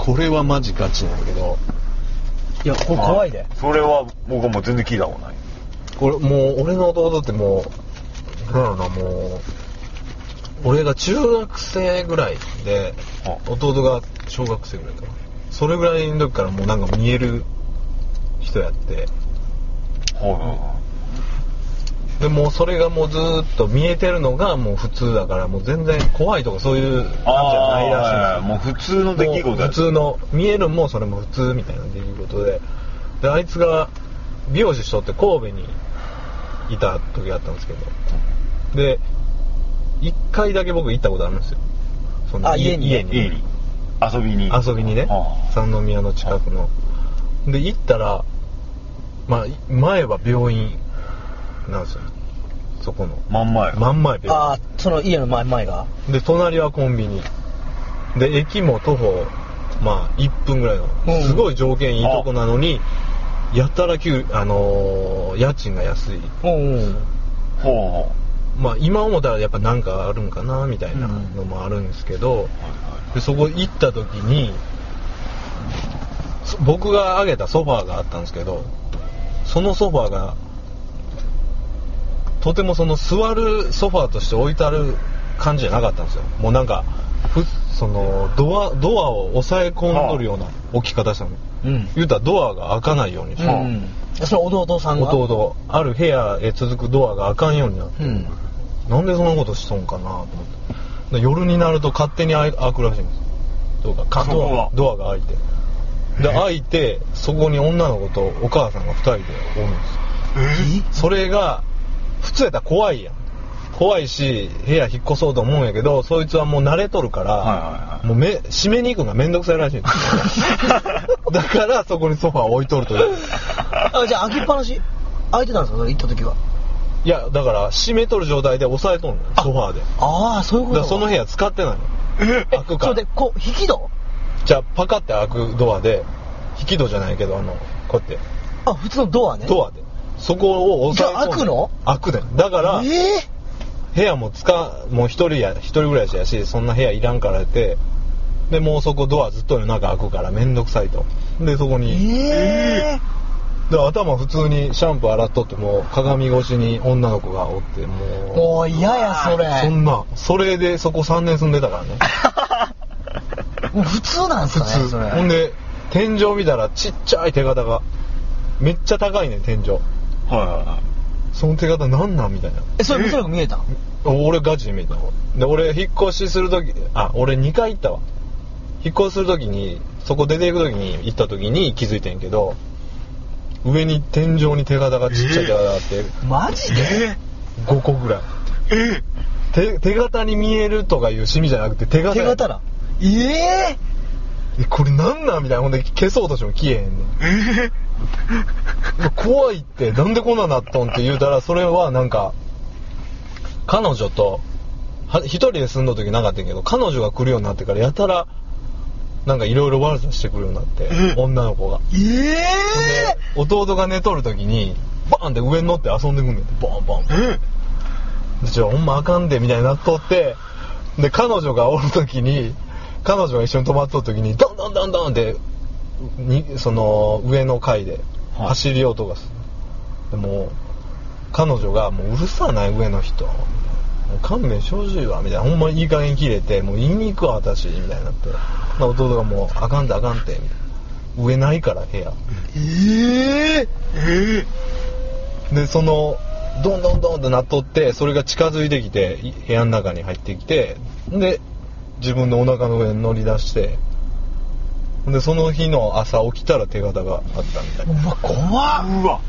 S7: これはマジガチなんだけど
S6: いやこれ怖いで
S2: あそれは僕はもう全然聞いたことない。
S3: これもう俺の弟ってもうなんだろうなもう俺が中学生ぐらいで
S2: あ
S3: 弟が小学生ぐらいかなそれぐらいの時からもうなんか見える人やって
S2: はいはいは
S3: でもうそれがもうずーっと見えてるのがもう普通だからもう全然怖いとかそういうなん
S2: い。
S3: じゃないらしいんです
S2: も
S3: よ
S2: う普通の出来事
S3: もう
S2: や
S3: 普通の見えるもそれも普通みたいな出来事でであいつが美容師しとって神戸にいた時があったんですけどで1回だけ僕行ったことあるんですよその
S6: あ家に
S3: 家に
S2: 家に。遊びに。
S3: 遊びにね
S2: ああ
S3: 三宮の近くので行ったらまあい前は病院なんですよそこの
S2: 真ん前。
S3: 真ん前病院
S6: ああその家の前前が
S3: で隣はコンビニで駅も徒歩まあ1分ぐらいの、
S6: うん
S3: すごい条件いいとこなのにやたら給あのー家賃が安い
S6: うんうん
S2: ほうほ
S3: まあ今思ったらやっぱなんかあるんかなみたいなのもあるんですけど、
S2: う。はいはい
S3: でそこ行った時にそ僕があげたソファーがあったんですけどそのソファーがとてもその座るソファーとして置いてある感じじゃなかったんですよもうなんかふそのドアドアを押さえ込んどるような置き方したの
S6: うん
S3: 言うたらドアが開かないようにし
S6: う
S3: た、
S6: んそれ弟さんが
S3: 弟ある部屋へ続くドアが開かんようになって、
S6: うん
S3: なんでそんなことしとんかなと思ってで夜になると勝手に開い開くらしいんですどうかか
S2: そこ
S3: ド
S2: は
S3: アドアが開いてで開いてそこに女の子とお母さんが2人でおるんですよそれが普通やったら怖いやん怖いし部屋引っ越そうと思うんやけどそいつはもう慣れとるから、
S2: はいはいはい
S3: もうめ閉めに行くのがめんどくさいらしいんです よだからそこにソファー置いとるという
S6: あじゃあ開きっぱなし開いてたんですかそれ行った時はい
S3: やだから閉めとる状態で押さえとんのよソファーでだ
S6: ああそういうこ
S3: か
S6: と
S3: らその部屋使ってないの開くか
S6: そうでこう引き戸
S3: じゃあパカって開くドアで引き戸じゃないけどあのこうやっ
S6: あ普通のドアね
S3: てドアでそこを押さ
S6: じゃ
S3: え
S6: あ開くの
S3: 開くねんだから
S6: ええ
S3: 部屋も使うもう一人や一人ぐらいしやしそんな部屋いらんからやってでもうそこドアずっと夜中開くから面倒くさいとでそこに
S6: ええ
S3: で頭普通にシャンプー洗っとっても鏡越しに女の子がおってもう
S6: もう嫌やそれ
S3: そんなそれでそこ3年住んでたからね
S6: もう普通なんです
S3: 普
S6: かね
S3: 通
S6: それ
S3: ほんで天井見たらちっちゃい手形がめっちゃ高いねん天井
S2: はいはいはい。
S3: その手形なんなんみたいな
S6: えそれ恐らく見えたん
S3: 俺ガチで見えたので俺引っ越しする時あ俺2回行ったわ引っ越しする時にそこ出ていく時に行った時に気づいてんけど上に天井に手形がちっちゃい手形があって
S6: マジで
S3: 5個ぐらい手手形に見えるとかいう趣味じゃなくて手形
S6: 手
S3: や
S6: 形だええ
S3: えこれなんなんみたいなほんで消そうとしても消えへんねんうわ怖いってなんでこんなんなっとんって言うたらそれはなんか彼女とは一人で住んだ時なかったんやけど彼女が来るようになってからやたらなんかいろいろ悪さしてくるようになって女の子が
S6: ええ
S3: で弟が寝とる時にバーンって上に乗って遊んでくんねんてバンバンでちょほんまあかんでみたいになっとってで彼女がおる時に彼女が一緒に泊まっとる時にドンドンドンドンってにその上の階で
S2: はい
S3: 走り音がする、でもう彼女が「もううるさない上の人」もう勘弁してほしいわみたいなほんまいい加減切れて「もう言いに行くわ私」みたいになってで弟が「もうあかんてあかんて」みたいな上ないから部屋
S6: ええ
S3: でそのどんどんどんとなっとってそれが近づいてきてい部屋の中に入ってきてで自分のお腹の上に乗り出してでその日の朝起きたら手形があったみた いな
S1: うわ怖っ
S2: うわ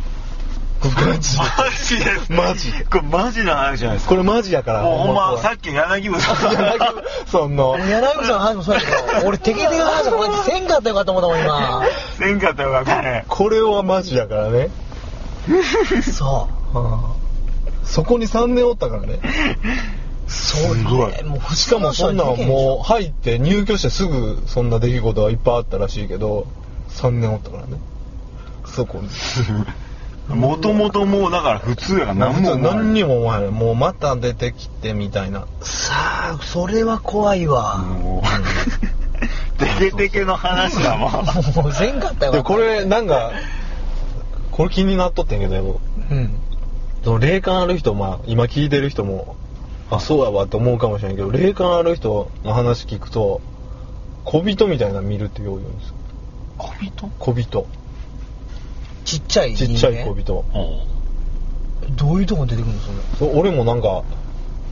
S3: マジで
S2: マジです
S3: マジ
S2: これマジな話じゃないですか
S3: これマジやから
S2: もうほんま
S3: 怖い
S2: さっきの柳生さん
S3: 柳その
S1: 柳口さんの話もそうや けど俺テケテケの話もこうやってせんかったらよかったもんだもん今
S2: せんかったよがこれ
S3: これはマジやからね、
S1: そ
S3: はあ、そこに3年おったからね
S1: うそう
S2: すごい
S1: ねもう
S3: しかもそんなんもう
S1: はい
S3: 入って入居してすぐそんな出来事はいっぱいあったらしいけど3年おったからねそこに
S2: もともともうだから普通やから何も思わない
S3: 何にも思わへんもうまた出てきてみたいな
S1: さあそれは怖いわ
S2: もうテケテケの話だもん
S1: もうせんかったよ
S3: でこれなんかこれ気になっとってんけども
S1: うん
S3: その霊感ある人まあ今聞いてる人もあそうやわって思うかもしれないけど霊感ある人の話聞くと小人みたいなの見るってよう言うんですよ
S2: 小人
S3: 小人
S1: ちっちゃい
S3: ち
S1: 人間
S3: っちゃい小人
S1: どういうとこに出てくるのそれ
S3: そう俺もなんか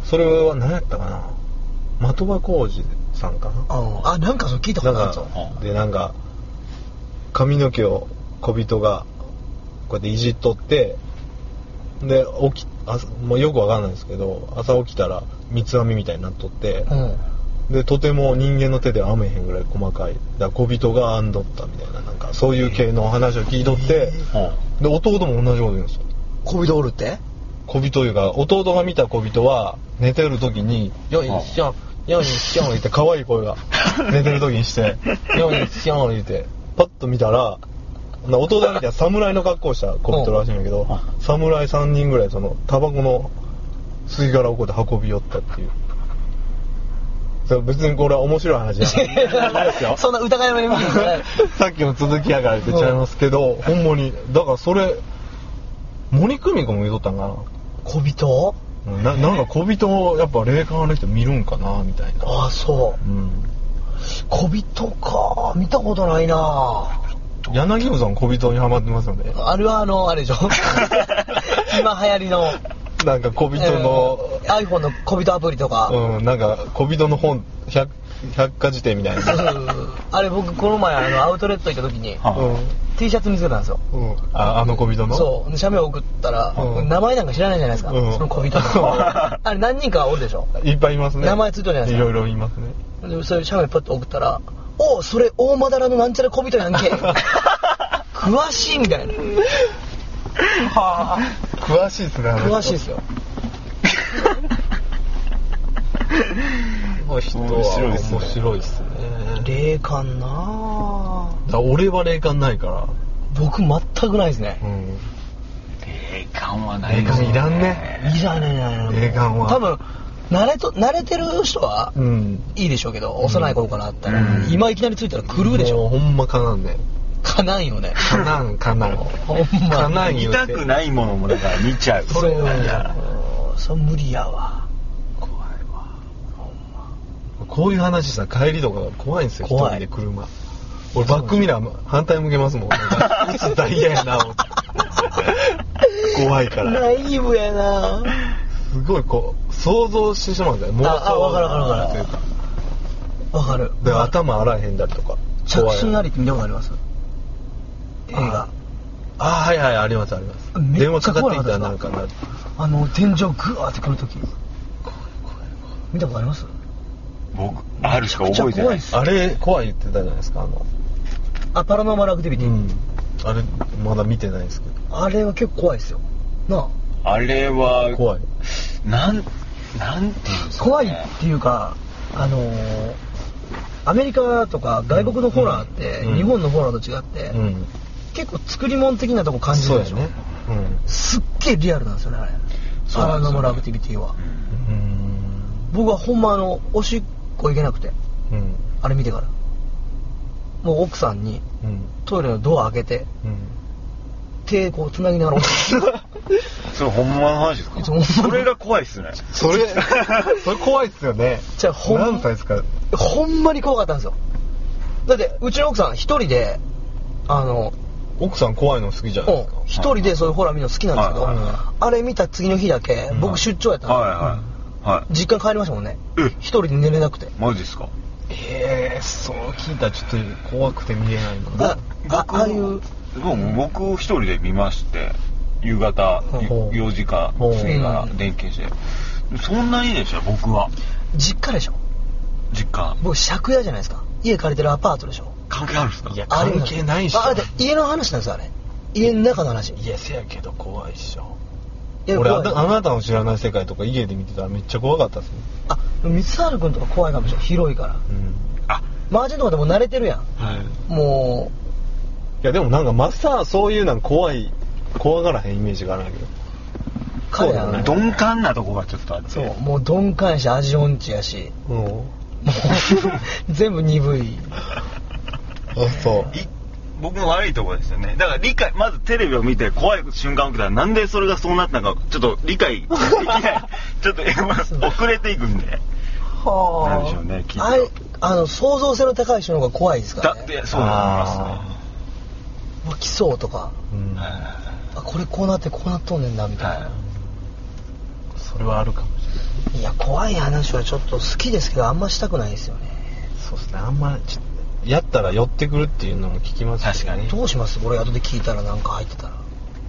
S3: それは何やったかな的場浩二さんかな
S1: ああなんかそれ聞いたこ
S3: な
S1: とある
S3: ん
S1: ぞ
S3: かでなんか髪の毛を小人がこうやっていじっとってで起きあもうよくわかんないですけど朝起きたら三つ編みみたいになっとって、
S1: うん
S3: でとても人間の手では編めへんぐらい細かいだから小人が編んどったみたいななんかそういう系の話を聞いとって、で弟も同じこと言うんですよ
S1: 小人おるって
S3: 小人いうか弟が見た小人は寝てる時に「よいしょよいしょ」って可愛い声が寝てる時にして「よいしょ」ってパッと見たらな弟が見たら侍の格好をした小人らしいんだけど侍3人ぐらいそのタバコの吸い殻をこうやって運び寄ったっていう。それ別にこれは面白い話じゃない
S1: そんな疑いの目見てるんじゃない
S3: さっきの続きやから言っちゃいますけど、ほんまにだからそれ森久美子も言うとったんかな
S1: 小人
S3: ななんか小人をやっぱ霊感ある人見るんかなみたいな、
S1: ああそう
S3: うん、
S1: 小人か見たことないな
S3: 柳生さん小人にハマってますよね
S1: あれはあのあれでしょ今流行りの
S3: なんか小人の、
S1: えー iPhone の小人アプリとか、
S3: うんなんか小人の本百百科事典みたい な、
S1: うんあれ僕この前あのアウトレット行った時に
S2: は
S3: うん
S1: T シャツ見つけたんですよ
S3: うん、ああの小人の
S1: そうで写メを送ったら、
S3: うん
S1: 名前なんか知らないじゃないですか、
S3: うん
S1: その小人のあれ何人かおるでしょ
S3: いっぱいいますね
S1: 名前ついてるじゃないですか
S3: いろいろいますね
S1: でそれ写メパッと送ったら「おうそれ大マダラのなんちゃら小人やんけ」詳しいみたいな
S3: 詳しいですねあの人
S1: 詳しいですよ
S3: この人は
S2: 面
S3: 面
S2: 白
S3: 白
S2: い
S3: い
S2: っ
S3: ですす
S2: ね
S3: ね
S1: 霊感なあ
S3: だから俺は霊感ないか
S1: 僕全くないですね
S3: ら、うん、
S2: 霊感はない
S3: 霊
S2: です
S3: 感いらんね
S1: いらねえな
S3: 霊感は
S1: 多分慣れと慣れてる人は
S3: うん
S1: いいでしょうけど幼い頃からあったら、
S2: うん
S1: 今いきなりついたら狂うでし
S3: もう
S1: ょ
S3: ほんまかなんね
S1: かなんよね
S3: かなんかなん
S1: ほんま
S3: かなん言うて
S2: 痛くないものもだから見ちゃう
S1: それは
S2: だから
S1: うんそう無理や わ
S3: こういう話したら帰りとか怖いんですよ、一
S1: 怖
S3: 人
S1: い
S3: で車。俺バックミラー反対向けますも ん。なんかこいつダイヤやな、思って怖いから。
S1: イブやな
S3: すごいこう、想像してしまうんだよ。妄想
S1: ああわかるわかるわかる
S3: というか。
S1: わかる
S3: で、頭洗えへんだりとか。
S1: 着信あり
S3: り
S1: って見たことあります映画
S3: あー、はいはい、ありますあります。
S1: めっちゃ
S3: 電話かかってきたら
S1: 怖
S3: ないんかなる。
S1: あの天井グワーってくるとき見たことあります
S2: 僕あるしか覚えてな
S1: めちゃくちゃ怖い
S2: い
S1: っす
S3: あれ、怖い言ってたじゃないですか、あの。
S1: あパラノーマルアクティビ
S3: う
S1: ティ、
S3: ん。あれ、まだ見てないですけど。
S1: あれは結構怖いですよなあ
S2: あれは
S3: 怖い。
S2: なんなんていうんですかね
S1: 怖いっていうかあのーアメリカとか外国のホラーって、
S3: うん
S1: 日本のホラーと違って、
S3: うん。
S1: 結構作り物的なとこ感じるでしょ、
S3: そうやね。うん。
S1: すっげえリアルなんですよねあれ
S2: そう
S1: パ
S2: な
S1: ラ
S2: んで
S1: ノ
S2: すよね
S1: ーマルアクティビティは
S3: うん
S1: 僕はほんまあのおしっこ行けなくて
S3: うん
S1: あれ見てからもう奥さんに
S3: うん
S1: トイレのドア開けて
S3: うん
S1: 手こうつなぎながら
S2: それほんまの話ですか
S1: そうほんまの
S2: それが怖いっすね
S3: そ れそれ怖いっすよね
S1: じゃあほん
S3: 何歳ですか
S1: ほんまに怖かったんですよだってうちの奥さん一人であの
S3: 奥さん怖いの好きじゃないですか
S1: うん一人でそういうホラー見るの好きなんですけど
S2: はいはいはい
S1: あれ見た次の日だけ
S3: うん
S1: 僕出張やったんですよ
S2: はいはい。はい。
S1: 実家に帰りましたもんね
S2: え
S1: 一人で寝れなくて
S2: マジですか
S3: ええそう聞いたらちょっと怖くて見れないな
S1: ああああいう
S2: でも僕一人で見まして、夕方
S3: ほう
S2: 4時か過ぎから
S1: うん
S2: 電気して。そんなにでしたよ、僕は。
S1: 実家でしょ
S2: 実家。
S1: 僕借家じゃないですか家借りてるアパートでしょ
S2: 関係あるんですか
S3: いや
S1: あれ
S3: 関係ないっしょ
S1: ああれだ家の話なんですよあれ家の中の話
S3: いやせやけど怖いっしょ
S1: いや
S3: 俺あ
S1: 怖い
S3: あなたの知らない世界とか家で見てたらめっちゃ怖かったですね
S1: あでも光晴君とか怖いかもしれない広いから
S3: うん
S1: マージンとかでも慣れてるやん
S3: はい
S1: も
S3: いやでもなんかマッサーそういうなん怖い怖がらへんイメージがあるんだけど
S1: う彼ら
S3: そうだ
S1: の
S3: ね
S2: 鈍感なとこがちょっとあって。
S1: そうもう鈍感やし味音痴やし
S3: うん
S1: も う全部鈍い
S3: あそう
S2: い僕も悪いところですよね。だから理解、まずテレビを見て怖い瞬間起きたら、なんでそれがそうなったのか、ちょっと理解できない。ちょっと、今遅れていくんで。
S1: は
S2: なんでしょうね聞いて
S1: あれあの想像性の高い人の方が怖いですから
S2: だ
S1: ね
S2: って、そうなりますね。
S1: うわ来そうとか
S3: うん
S1: あこれこうなってこうなっとんねんなみたいな、
S3: それはあるかもしれない
S1: い、や怖い話はちょっと好きですけどあんましたくないですよね
S3: そうですねあんまちょっとやったら寄ってくるっていうのも聞きますしね
S2: 確かに
S1: どうしますこれ後で聞いたらなんか入ってたら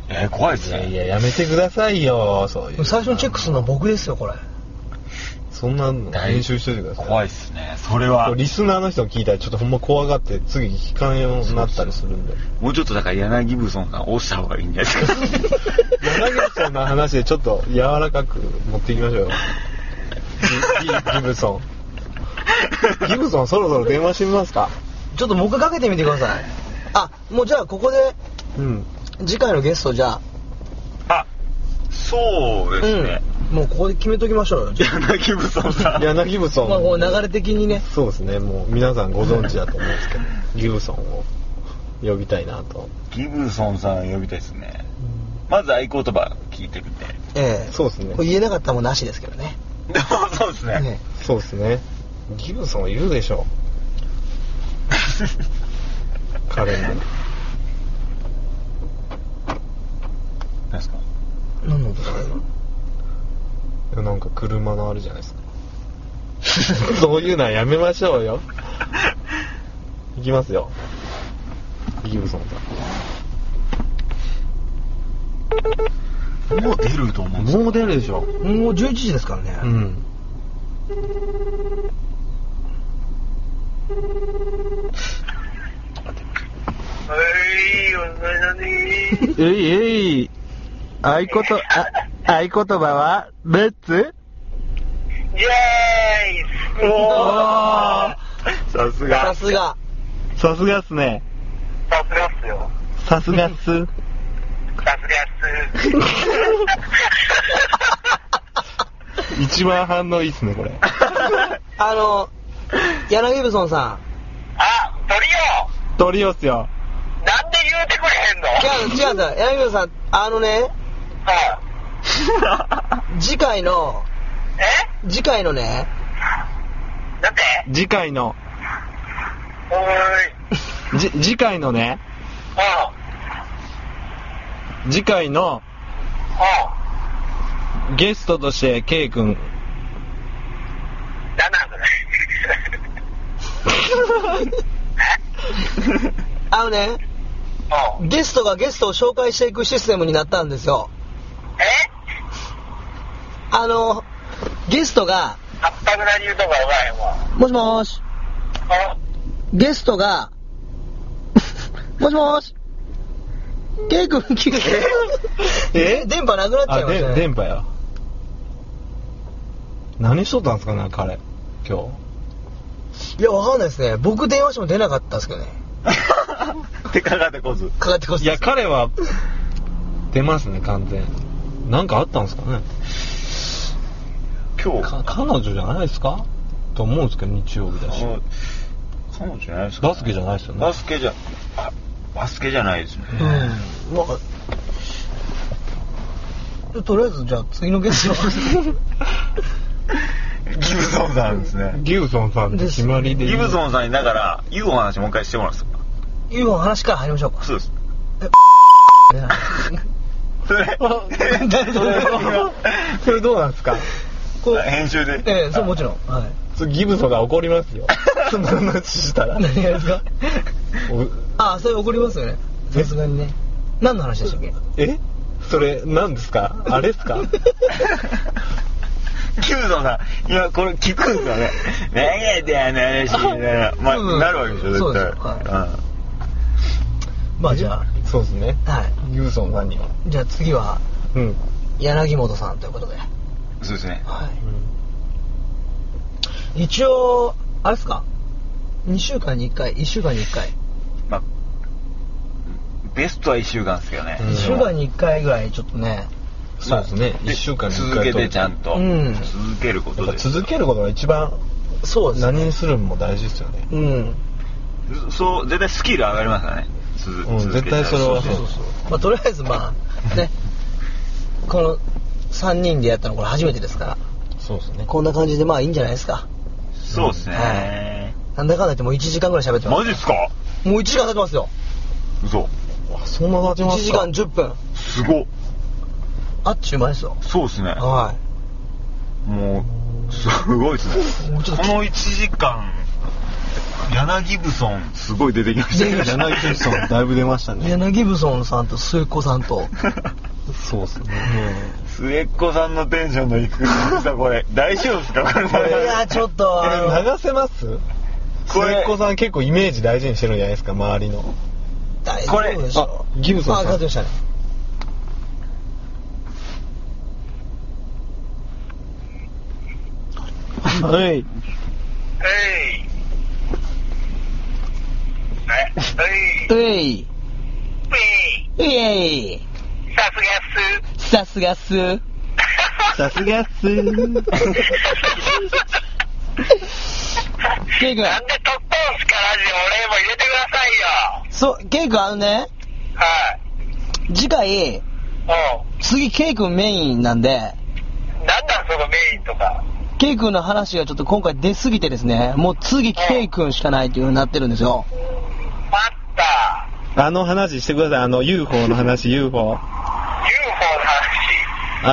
S2: えー怖いです
S3: いや
S2: ね。
S3: いややめてくださいよそういう
S1: 最初にチェックするのは僕ですよこれ
S3: そんなの練習しといてください
S2: 怖いっすね。それは
S3: こう。リスナーの人が聞いたらちょっとほんま怖がって次聞かんようになったりするんで
S2: もうちょっとだから柳ブソンさん押した方がいいんじゃないですか。
S3: 柳田さんの話でちょっと柔らかく持っていきましょうよギギギブソンギブソンそろそろ電話してみますか
S1: ちょっともう一回かけてみてくださいあもうじゃあここで
S3: うん
S1: 次回のゲストじゃあ
S2: あ、そうですね。
S1: うん、もうここで決めときましょうよじゃ
S2: 柳ブソンさん。
S3: 柳ギブソ
S1: あまあこう
S3: ン
S1: 流れ的にね
S3: そうですねもう皆さんご存知だと思うんですけどギブソンを呼びたいなと
S2: ギブソンさん呼びたいですね。まず合言葉聞いてみて。
S1: ええ
S3: そうですね
S1: これ言えなかったらもうなしですけどね
S2: でもそうですね。
S1: ね
S3: そうですねギブソンいるでしょ う彼も
S2: 何ですか
S1: 何の音だろう
S3: いやなんか車のあるじゃないですか そういうのはやめましょうよいきますよギブソン
S2: もう出ると思うんです
S3: もう出るでしょ
S1: 今もう11時ですからね、
S3: うん
S5: はい、お疲れ様でーす。
S9: えいえい。合言、あ、合言葉は、レッツ
S5: イェーイおー
S2: さす
S1: さ
S2: が。
S1: すが
S9: さすがっすね。
S5: さすがっすよ。
S9: さすがっす。
S5: さすがっす。
S3: 一番反応いいっすねこれ
S1: あの柳ブソンさ
S5: あ、鳥よ
S3: トリオスよ
S5: なんで言うてくれへんの
S1: ん違う違うんだ柳ブソンさんあのね
S5: は
S1: 次回の
S5: いえ
S1: 次回の ね
S5: だって
S3: 次回の
S5: おーい。
S3: じ次回のね
S5: うん。
S3: 次回の
S5: う
S3: ゲストとして K 君
S5: ん。なんなんそれ。
S1: あのね
S5: うん。
S1: ゲストがゲストを紹介していくシステムになったんですよ
S5: え
S1: あのゲストが
S5: あったくな理由とかう
S1: も
S5: まいもん。
S1: しもーし
S5: あ
S1: ゲストが、 もしもーし、ケイ君聞く
S3: え
S1: 電波なくなっちゃい
S3: あ
S1: ました
S3: で
S1: ね。
S3: 電波や何しとったんですかね彼今日
S1: いや、わかんないですね。僕電話しても出なかったんですけどね。
S2: 手かかってこず。
S1: かかってこ
S3: い
S1: そ。
S3: や、彼は、出ますね、完全。なんかあったんですかね
S2: 今日。
S3: か彼女じゃないですかと思うんですけど、日曜日だし。
S2: あ彼女じゃないですか、
S3: バスケじゃないですよね。
S2: バスケじゃ、あ、バスケじゃないですね。
S1: うん。まあ、とりあえず、じゃあ次のゲス
S2: ギブソンさんですね。
S3: ギブソンさんって決まりでいい
S2: ギブソンさんにだから、言うお話もう一回してもらうんですか
S1: ト、いうお話から入りましょうか。
S2: そうです。
S1: え
S2: それ は
S10: それどうなんですか
S11: これ
S2: 編集で
S11: ええそうもちろんはい
S10: それギブソンが怒りますよ そんな話したら
S11: 何がですか
S10: お
S11: ああそれ怒りますよねさすがにね何の話でしたっけ
S10: えそれ何ですかあれです か
S2: キムゾンさん、今これ聞くんですよね。何やってあの話みたいな。まあ、
S11: うん
S2: なるわけでしょ、
S11: そう
S2: 絶
S11: です
S2: 対。
S11: よは まあじゃ
S10: そうですね
S11: あはい
S10: ギブソンさんには
S11: じゃあ次は
S10: うん
S11: 柳本さんということで
S2: うんそうですね。
S11: はい一応あれですか2週間に1回1週間に1回
S2: まあ、ベストは1週間ですけどね。
S10: うん
S11: 1週間に1回ぐらいちょっとね
S10: そうですね
S2: まあ
S10: 一週間に一回
S2: 続けてちゃんと。
S11: うん
S2: 続けるこ
S10: や
S2: と
S10: っぱ
S2: です。
S10: 続けることが一番
S11: そうです
S10: 何にするのも大事ですよね
S11: うん
S2: そう、絶対スキル上がりますからね。つづ
S10: うん
S2: 続けて
S10: 絶対それは
S2: そうそうそう。
S11: まあとりあえずま あねこの3人でやったのこれ初めてですから
S10: そうですね
S11: こんな感じでまあいいんじゃないですか
S2: そうですね。
S11: なんだかんだ言ってもう1時間ぐらい喋ってます
S2: マジっすか
S11: もう1時間経ってますよ
S2: 嘘。
S10: あそんな経ちま
S11: 1
S10: す
S11: 時
S10: か
S11: 間10分
S2: すごっ。
S11: あっちゅう間ですよ
S2: そうですね。
S11: は
S2: もう、すごいですね。
S11: も
S2: こ
S11: うちょっと
S2: の1時間、柳ブソン、すごい出てきました
S11: 出てきた
S3: 柳ギブソンだいぶ出ました
S11: い
S3: ね。
S11: 柳ブソンさんと末子さんと
S3: そうですね。
S2: 末っ子さんのテンションの低さ、これ、大丈夫ですかこれ、
S11: いやちょっとあの
S10: え流せます
S2: これ
S10: 末っ子さん結構イメージ大事にしてるんじゃないですか周りの
S11: 大丈夫でしょ
S10: あギブソンさん
S11: あ勝てましたね
S3: はい。
S5: えい。
S1: う
S5: え、えい。
S1: えい、う
S5: え
S1: えい、
S5: い。さすがっす。
S1: さすがっす。
S3: さすがっす。
S1: ケイ君、
S5: なんでトップンスからで俺も入れてくださいよ。
S1: そう、ケイ君あのね、
S5: はい。
S1: 次回、
S5: おう
S1: 次ケイ君メインなんで、
S5: なんだそのメインとか。
S1: ケイ君の話がちょっと今回出すぎてですね、もう次ケイ君しかないっていう風になってるんですよ。
S5: 待った。
S3: あの話してください。あの UFO の話、UFO。
S5: UFO の話。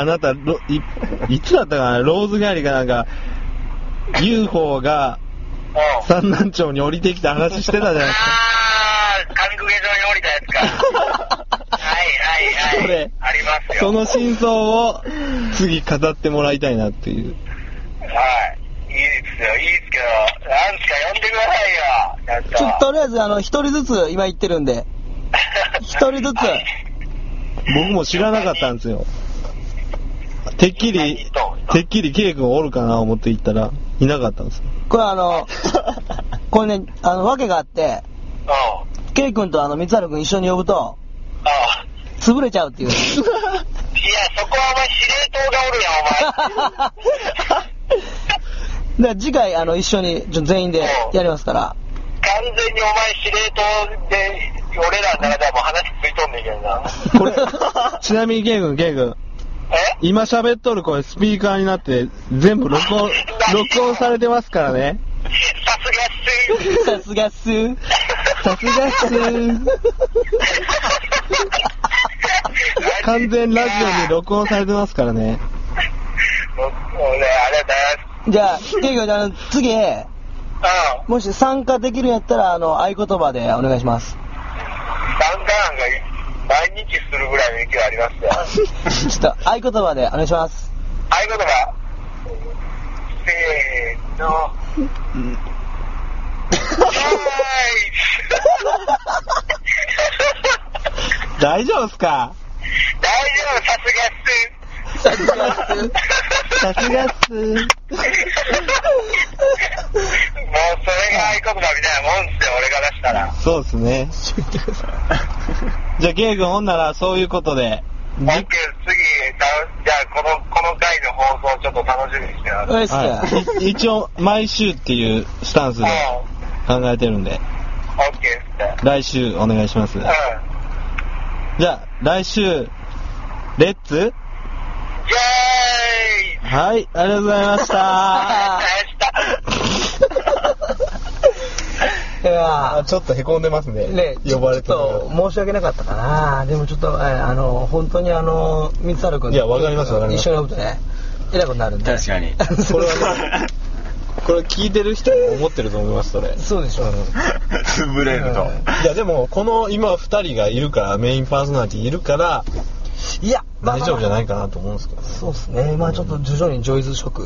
S3: あなた、ロいいつだったかなローズ狩りかなんか、UFO が
S5: おう
S3: 三南町に降りてきた話してたじゃないで すか。
S5: あー、上公家城に降りたやつか。はいはいはい。
S3: それ
S5: ありますよ。
S3: その真相を次語ってもらいたいなっていう。
S5: はい。いいですよ、いいですけど、なんすか呼んでくださいよ。ち
S1: ちょっと
S5: ょっと。
S1: とりあえずあの、一人ずつ今言ってるんで、一人 ずつ、
S3: 僕も知らなかったんですよ。てっきり、てっきり K 君おるかな思って行ったら、いなかったんですよ。
S1: これあの、これね、あの、訳があって、
S5: おう
S1: ケイ君とあの、三原君一緒に呼ぶと、
S5: おう
S1: 潰れちゃうっていう。
S5: いや、そこはお前司令塔
S1: だ
S5: がおるやん、
S1: から次回あの、一緒にちょ全員でやりますから。
S5: お前。完全にお前司令塔で、俺らからではもう話ついとんねんけどな。
S3: これ、ちなみに K 君、K 君、
S5: え
S3: 今喋っとる声スピーカーになって全部録音、録音されてますからね。
S5: さすがっ
S1: さ
S5: す。
S1: すがっす。
S3: さすがっす。完全ラジオに録音されてますからね。
S5: もう俺、あれだよ。
S1: じゃあ、ケイ君、あの、次、
S5: うん。
S1: もし参加できるんやったら、あの、合言葉でお願いし ます。
S5: 参加なんかい毎日するぐらいの勢いありますよ。
S1: ちょっと合言葉でお願いします。
S5: ああいうことが、せーの。よーい
S3: 大丈夫っすか
S5: 大丈夫、さすがっす。
S1: さすがっす。
S3: さすがっす。
S5: もうそれが合言葉みたいなもんっすよ、俺からしたら。
S3: そうっす ね。じゃあ、ケイ君、ほんならそういうことで。
S5: オッケー、次、たじゃあこの、この回の放送ちょっと楽しみにしてます。うん。
S1: ういっす。
S3: い一応、毎週っていうスタンスで考えてるんで、
S5: オッケーっすって。
S3: 来週お願いします。
S5: うん。
S3: じゃあ、来週、レッツ
S5: イェーイ
S3: はい、ありがとうございました。
S5: 明日
S1: えれは
S3: あちょっとへこんでますね
S1: ね、
S3: 呼ばれて
S1: ちょっと申し訳なかったかなでもちょっと、えーあの本当にあの三原君
S3: いやわかりますわかります
S1: 一緒に呼ぶとねえらいことになるんで
S2: 確かに
S3: それはねこれ聞いてる人も思ってると思いますそれ
S1: そうでしょう、
S2: 潰れると。
S3: いやでもこの今2人がいるからメインパーソナリティいるから
S1: いや、まあ
S3: 大丈夫じゃない
S1: か
S3: かなと思うんですけどね
S1: そうですねまあちょっと徐々にジョイズ色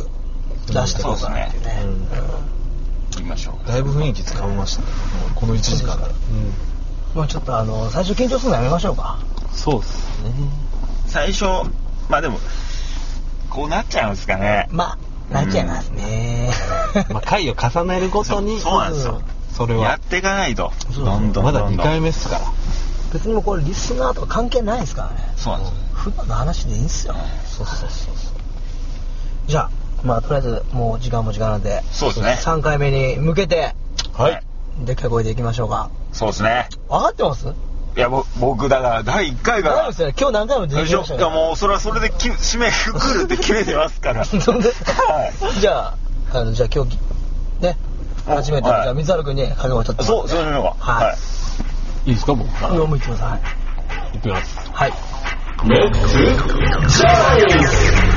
S1: 出していこうかなっていうね,、
S3: うんそうっすね
S2: 言いましょうか。
S3: だいぶ雰囲気つかみましたねこの1時間から
S1: もうちょっとあの最初緊張するのやめましょうか
S12: そうっす。
S2: 最初、まあでも、こうなっちゃうんですかね。
S1: まあなっちゃいますね、
S3: うん まあ回を重ねるごとに
S2: そうそうなんですよ
S3: それ
S2: や
S3: は
S2: っていかないと。
S1: そう
S2: どんどん
S3: まだ
S2: どん
S3: 2
S2: どん
S3: 回目っすから
S1: 別にもうこれリスナーとか関係ないですからね
S2: そうなんですよ
S1: 普段の話でいいんすよそうそうそうそうじゃあまあとりあえずもう時間も時間なんで
S2: そうですね
S1: 3回目に向けて
S3: はい
S1: でっかい声でいきましょうか
S2: そうですね。
S1: 分かってます大丈
S2: いや、ぼ僕、だから、第1回から
S1: 夫で。すよね今日何回も出て
S2: で
S1: き
S2: しょ
S1: まし
S2: い
S1: た
S2: や、
S1: ね
S2: もう、それはそれでき、締めくくるって決めてますか ら。
S1: そうですか
S2: は
S1: じゃああのじゃあ今日ね
S2: お
S1: 初めて、
S2: はい
S1: じゃあ水原君にかけ声ちょっ
S2: い。
S1: と
S2: そう、そういうのが。
S1: はい
S2: はい。
S12: いいですか、僕。
S1: うもう行ってください
S12: いきます。
S1: はい
S12: レッツ、ジャイズ